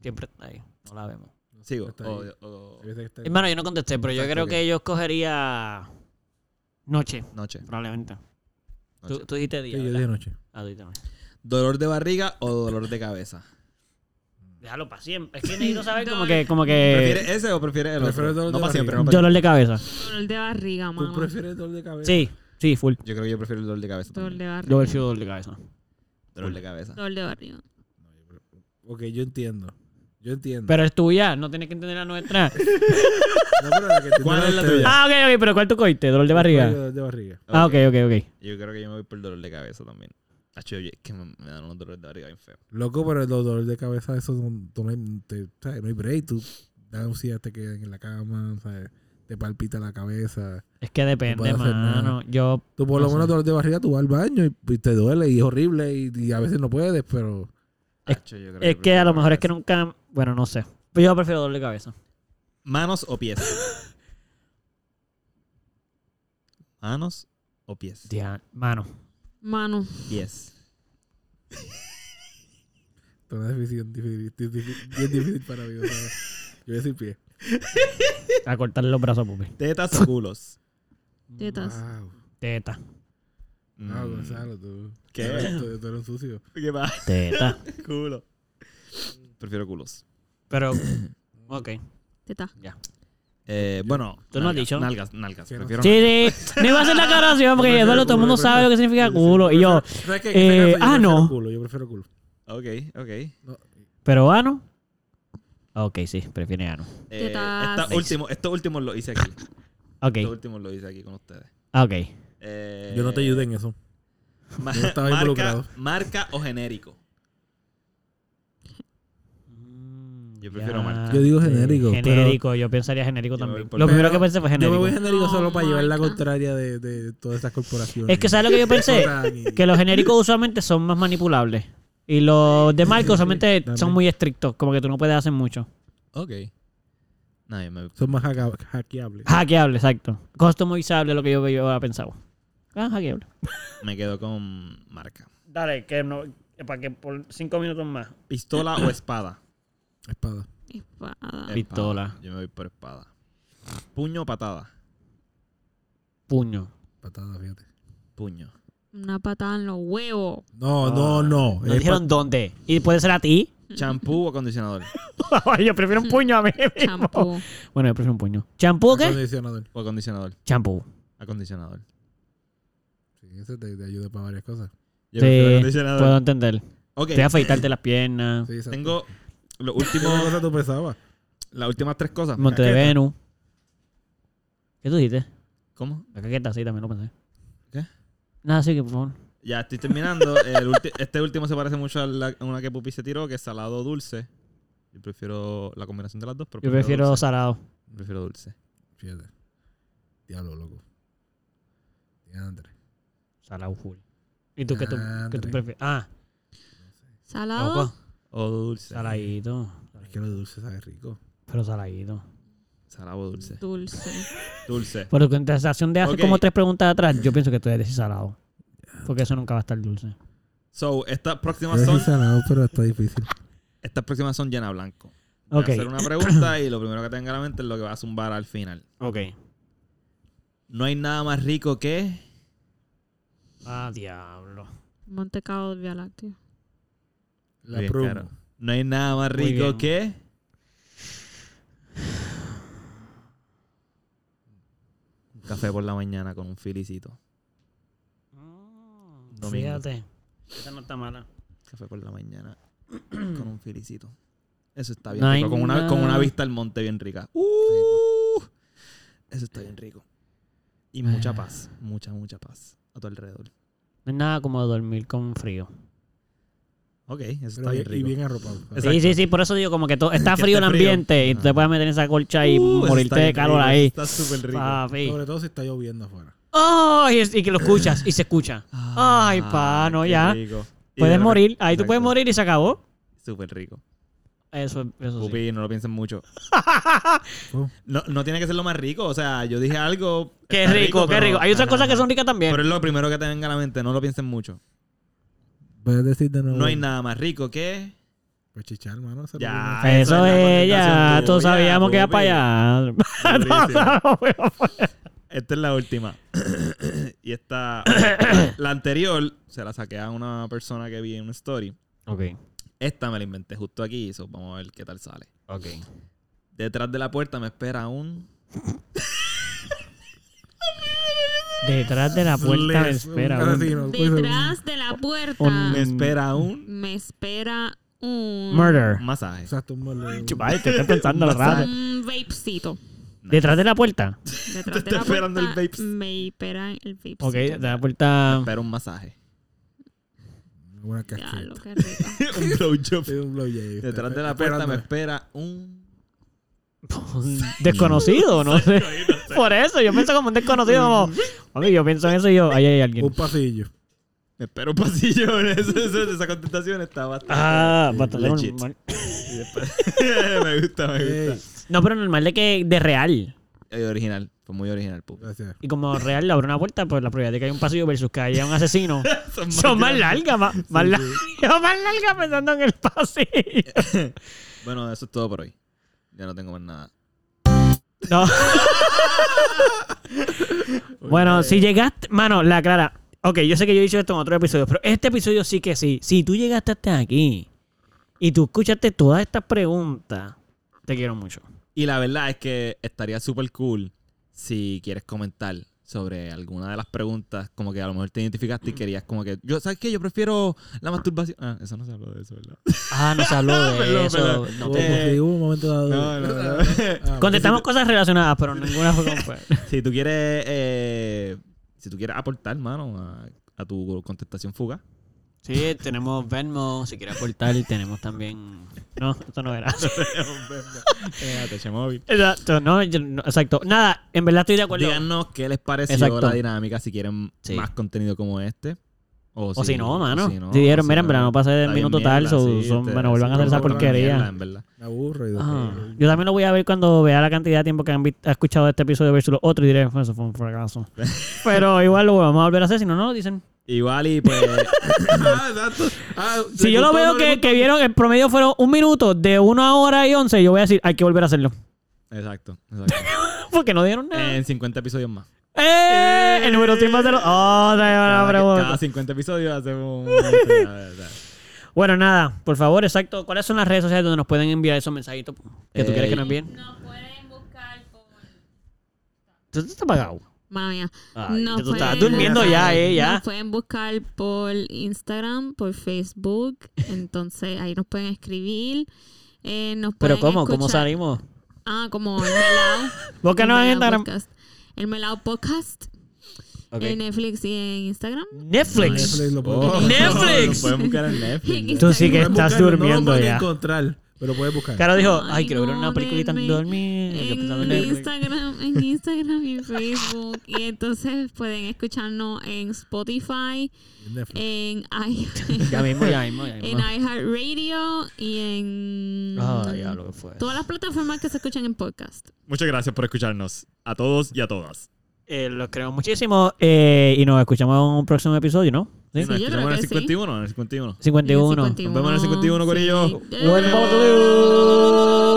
Siempre está ahí. No la vemos. sigo. Está O- ahí. o- Hay veces que está ahí. Hermano, yo no contesté, pero yo Exacto, creo ok. que yo escogería noche, noche. probablemente. Tú, noche. tú dijiste Sí, día. yo ¿verdad? dije noche. Ah, tú dijiste noche. ¿Dolor de barriga o dolor de cabeza? Déjalo para siempre. Es que necesito saber como que, como que ¿Prefieres ese o prefieres el prefiero otro? el dolor No de para siempre, no barriga. para siempre. dolor de cabeza. Dolor de barriga, ¿Tú mano. prefieres dolor de cabeza? Sí, sí, full. Yo creo que yo prefiero el dolor de cabeza. Dolor también. de barriga. Yo hubiera sido dolor de cabeza. Dolor de cabeza. Dolor de barriga. Ok, yo entiendo. Yo entiendo. Pero es tuya, no tienes que entender la nuestra. No, pero la que tiene ¿Cuál es la usted, tuya? ah, ok, ok, pero ¿cuál tú cogiste? ¿Dolor de Ay, barriga? dolor de barriga. Ah, ok, ok, ok. Yo creo que yo me voy por el dolor de cabeza también. Tacho, oye, es que me, me dan unos dolores de barriga bien feos. Loco, pero el dolor de cabeza, eso no, tú no hay, te- ¿sabes? no hay break. Tú náuseas, te quedas en la cama, ¿sabes? te palpita la cabeza. Es que depende, puedes hacer nada. mano. Yo, Tú por lo No sé. menos dolor de barriga, tú vas al baño y, y te duele y es horrible y, y a veces no puedes, pero... Es- Tacho, yo creo es que prefiero a lo dolor de mejor es que cabeza. nunca. Bueno, no sé. Pero yo prefiero dolor de cabeza. ¿Manos o pies? ¿Manos o pies? Tía, mano. Mano. Pies. Esto no es difícil, difícil, difícil- bien difícil para mí. o sea, yo voy a decir pie. A cortarle los brazos a Pupi. Tetas o culos. Tetas. Wow. Teta. Ah, Mm, Gonzalo, tú... ¿Qué? Tú, tú eres un sucio. ¿Qué va? Teta. Culo. Prefiero culos. Pero. Ok. Teta. Eh, bueno. Tú no has nalgas, dicho. Nalgas, nalgas. Sí, no. Prefiero Sí, sí. No iba a hacer la aclaración porque Yo prefiero Eduardo, todo el culo, mundo yo prefiero- sabe lo que significa Sí, sí, culo. Y yo, prefiero- ¿sabes qué? eh, En ese caso, yo ah, prefiero no. Culo, yo prefiero culo. Ok, ok. Eh, pero ano. Ok, sí, prefiere ano. Tetas. Eh, esta último, estos últimos lo hice aquí. Ok, Estos últimos lo hice aquí con ustedes. ok. Eh, Yo no te ayudé en eso. ma- Yo no estaba marca, involucrado. Marca o genérico. Yo prefiero marca. Yo digo sí, genérico, pero- Genérico, yo pensaría genérico Yo me también. voy por- Lo primero que Pero pensé fue Yo me genérico. voy genérico No, solo para llevar la marca. contraria de, de todas esas corporaciones. Es que ¿sabes lo que yo pensé? Total, y- Que los genéricos usualmente son más manipulables. Y los de marca usualmente también. son muy estrictos, como que tú no puedes hacer mucho. Ok. No, yo me... Son más hacka- hackeables. Hackeable, exacto. Customizable es lo que yo, yo había pensado. Ah, hackeable. me quedo con marca. Dale, que no, para que por cinco minutos más. ¿Pistola o espada? Espada. Espada. Espada. Pistola. Yo me voy por espada. ¿Puño o patada? Puño. Patada, fíjate. Puño. Una patada en los huevos. No, no, no. Nos Es dijeron dónde. ¿Y puede ser a ti? ¿Champú o acondicionador? yo prefiero un puño a mí. mismo. Champú. Bueno, yo prefiero un puño. ¿Champú o pa- qué? acondicionador. O acondicionador. Champú. Acondicionador. Sí, ese te, te ayuda para varias cosas. Yo prefiero Sí, acondicionador. puedo entender. Ok, Te afeitarte las piernas. Sí, exacto. tengo los ¿Qué otra últimos, cosa tú pensabas? las últimas tres cosas. Monte de Venus. ¿Qué tú dijiste? ¿Cómo? La caqueta, sí, también lo pensé. ¿Qué? Nada, sí, que por favor. Ya estoy terminando. El ulti- este último se parece mucho a, la- a una que Pupi se tiró, que es salado o dulce. Yo prefiero la combinación de las dos, pero Yo prefiero dulce. sarado. prefiero dulce. Fíjate. Diablo, loco. Diandre. Sarado full. ¿Y tú qué tú, qué tú Andre. prefieres? Ah, Salado. coco. O dulce. Saladito. Es que lo dulce sabe rico. Pero saladito. Salado o dulce. Dulce. Dulce. Por tu contestación de hace Ok. como tres preguntas atrás, yo pienso que tú eres salado. Porque eso nunca va a estar dulce. So, estas próximas Es son, salado, pero está difícil. estas próximas son llena blanco. Voy Ok. a hacer una pregunta y lo primero que tenga en la mente es lo que va a zumbar al final. Ok. No hay nada más rico que Ah, diablo. Montecado de Vía Láctea. La Bien, promo. claro. No hay nada más Muy rico bien. que. Un café por la mañana con un filicito. Domingo. Fíjate. Ah. Esa no está mala. Café por la mañana con un filicito. Eso está bien No hay rico. Con una, con nada. una vista al monte bien rica. Uh, eso está bien rico. Y mucha paz. Mucha, mucha paz a tu alrededor. No es nada como dormir con frío. Ok, eso está bien Pero bien, y rico. bien arropado. ¿sabes? Exacto. Sí, sí, sí, por eso digo como que todo está Que frío el esté frío. ambiente y tú te Ajá. puedes meter en esa colcha y Uh, eso está morirte de bien calor rico, ahí. Ah. Está súper rico. Papi. Sobre todo si está lloviendo afuera. ¡Oh! Y, es- y que lo escuchas y se escucha. Ay, pa, no, Ah, qué ya. rico. Y Puedes de- morir. Ahí tú Exacto. puedes morir y se acabó. Súper rico. Eso, eso sí. Pupi, no lo piensen mucho. Oh. No, no tiene que ser lo más rico. O sea, yo dije algo. Qué está rico, qué pero- rico. Hay otras ajá, cosas que ajá. son ricas también. Pero es lo primero que te venga a la mente. No lo piensen mucho. Puedes decir de nuevo. No hay nada más rico que. Pues chichar, mano. esa Ya. es Eso Eso ah, es la es, ya. contestación Todos tuya, sabíamos que iba Bobby. para allá. Todos Durísimo. sabíamos que iba para allá. Esta es la última. y esta. la anterior se la saqué a una persona que vi en una story. Ok, Esta me la inventé justo aquí. so vamos a ver qué tal sale. ok. Detrás de la puerta me espera un. Detrás de la puerta me Les- espera. un un- asesino. No, pues, Detrás de la puerta un- Me espera un. me espera un. Murder. Masaje. Exacto, un mal- Ay, te estoy pensando al rato. Un vapecito. Detrás de la puerta. Detrás Te de la está esperando el puerta vapes. me espera el vapecito. Ok, detrás de la puerta. Espera un masaje. Una Ya, lo casqueta. que rico. un blowjob. Sí, un blowjay. Detrás de la puerta me espera un. Un Desconocido, no sé. Por eso, yo pienso como un desconocido. Como, Mami, yo pienso en eso y yo. Ahí hay alguien. Un pasillo. Me espera un pasillo. Eso- eso- esa contestación está bastante. Ah, bastante Legit. normal. Y después- me gusta, me gusta. Ey, No, pero normal de que de real. Eh, original. Fue muy original, pues. Pupi. Gracias. Y como real le abre una puerta, pues la probabilidad de que haya un pasillo versus que haya un asesino son más largas, más, más largas, más largas pensando en el pasillo. Bueno, eso es todo por hoy. Ya no tengo más nada. No. bueno, si llegaste, mano, la clara. Ok, yo sé que yo he dicho esto en otro episodio, pero este episodio sí que sí. Si tú llegaste hasta aquí y tú escuchaste todas estas preguntas, te quiero mucho. Y la verdad es que estaría súper cool si quieres comentar sobre alguna de las preguntas, como que a lo mejor te identificaste y querías como que, yo, ¿sabes qué? Yo prefiero la masturbación. Ah, eso no se habló de eso, ¿verdad? Ah, no se habló de Perdón, eso. perdón. No, Hubo- Eh, porque hubo un momento dado. No, no, no. Ah, Eh, Contestamos cosas relacionadas, pero ninguna fue con fue. si tú quieres, eh, si tú quieres aportar, mano, a, a tu contestación fuga. Sí, tenemos Venmo, si quieres aportar, tenemos también... No, esto no era. Eh, ATH móvil. Exacto, no, yo no- exacto. Nada, en verdad estoy de acuerdo. Díganos qué les pareció Exacto. la dinámica, si quieren Sí. más contenido como este. O, O si no, mano. o Si dijeron, o "Mira, en verdad, no pasé del Está bien minuto tal, so- sí, son- este, bueno, vuelvan a sí, hacer esa no, porquería". mierda, en verdad. Me aburro y Ah, después- yo también lo voy a ver cuando vea la cantidad de tiempo que han vi- ha escuchado este episodio versus los otros y diré, "Fue- eso fue un fracaso. Pero igual lo vamos a volver a hacer, si no, no lo dicen. Igual y pues... Ah, exacto. Ah, Si ¿le yo lo gustó o veo no le que, gustó? que vieron, el promedio fueron un minuto de una hora y once, yo voy a decir, hay que volver a hacerlo. exacto, exacto. Porque no dieron nada. en 50 episodios más. ¡Eh! El número 100 va a ser... ¡Oh, te Cada, una cada pregunta! 50 episodios hacemos un... que Bueno, nada, por favor, exacto. ¿Cuáles son las redes sociales donde nos pueden enviar esos mensajitos que tú quieres que nos envíen? Nos pueden buscar por. ¿Tú estás apagado? Mamá mía. Ay, Nos tú estabas pueden durmiendo ya, eh, ya. Nos pueden buscar por Instagram, por Facebook. Entonces ahí nos pueden escribir. Eh, nos ¿Pero pueden cómo? ¿Cómo escuchar- salimos? Ah, como el Melao. Búscanos El en Melao Instagram. Podcast. El Melao Podcast. Ok. En Netflix y en Instagram. Netflix. Netflix lo pueden- Oh. Netflix. Pueden buscar en Netflix. Tú sí que Pueden estás buscarlo, No durmiendo lo van a ya. encontrar, pero puedes buscar. Caro dijo, Ay, ay, quiero ver no, una película y tan nene. En dormida. Instagram, en Instagram y en Facebook. Y entonces pueden escucharnos en Spotify, Netflix. en iTunes. Ya mismo, ya mismo, ya en mismo. iHeartRadio y en Ah, ya lo que fue. todas las plataformas que se escuchan en podcast. Muchas gracias por escucharnos. A todos y a todas. Eh, los queremos muchísimo eh, y nos escuchamos en un próximo episodio, ¿no? ¿Sí? Y nos Sí, yo escuchamos en creo el que sí. 51, en el 51. En el 51. 51, Nos vemos en el 51, corillo. sí. Bueno, vamos,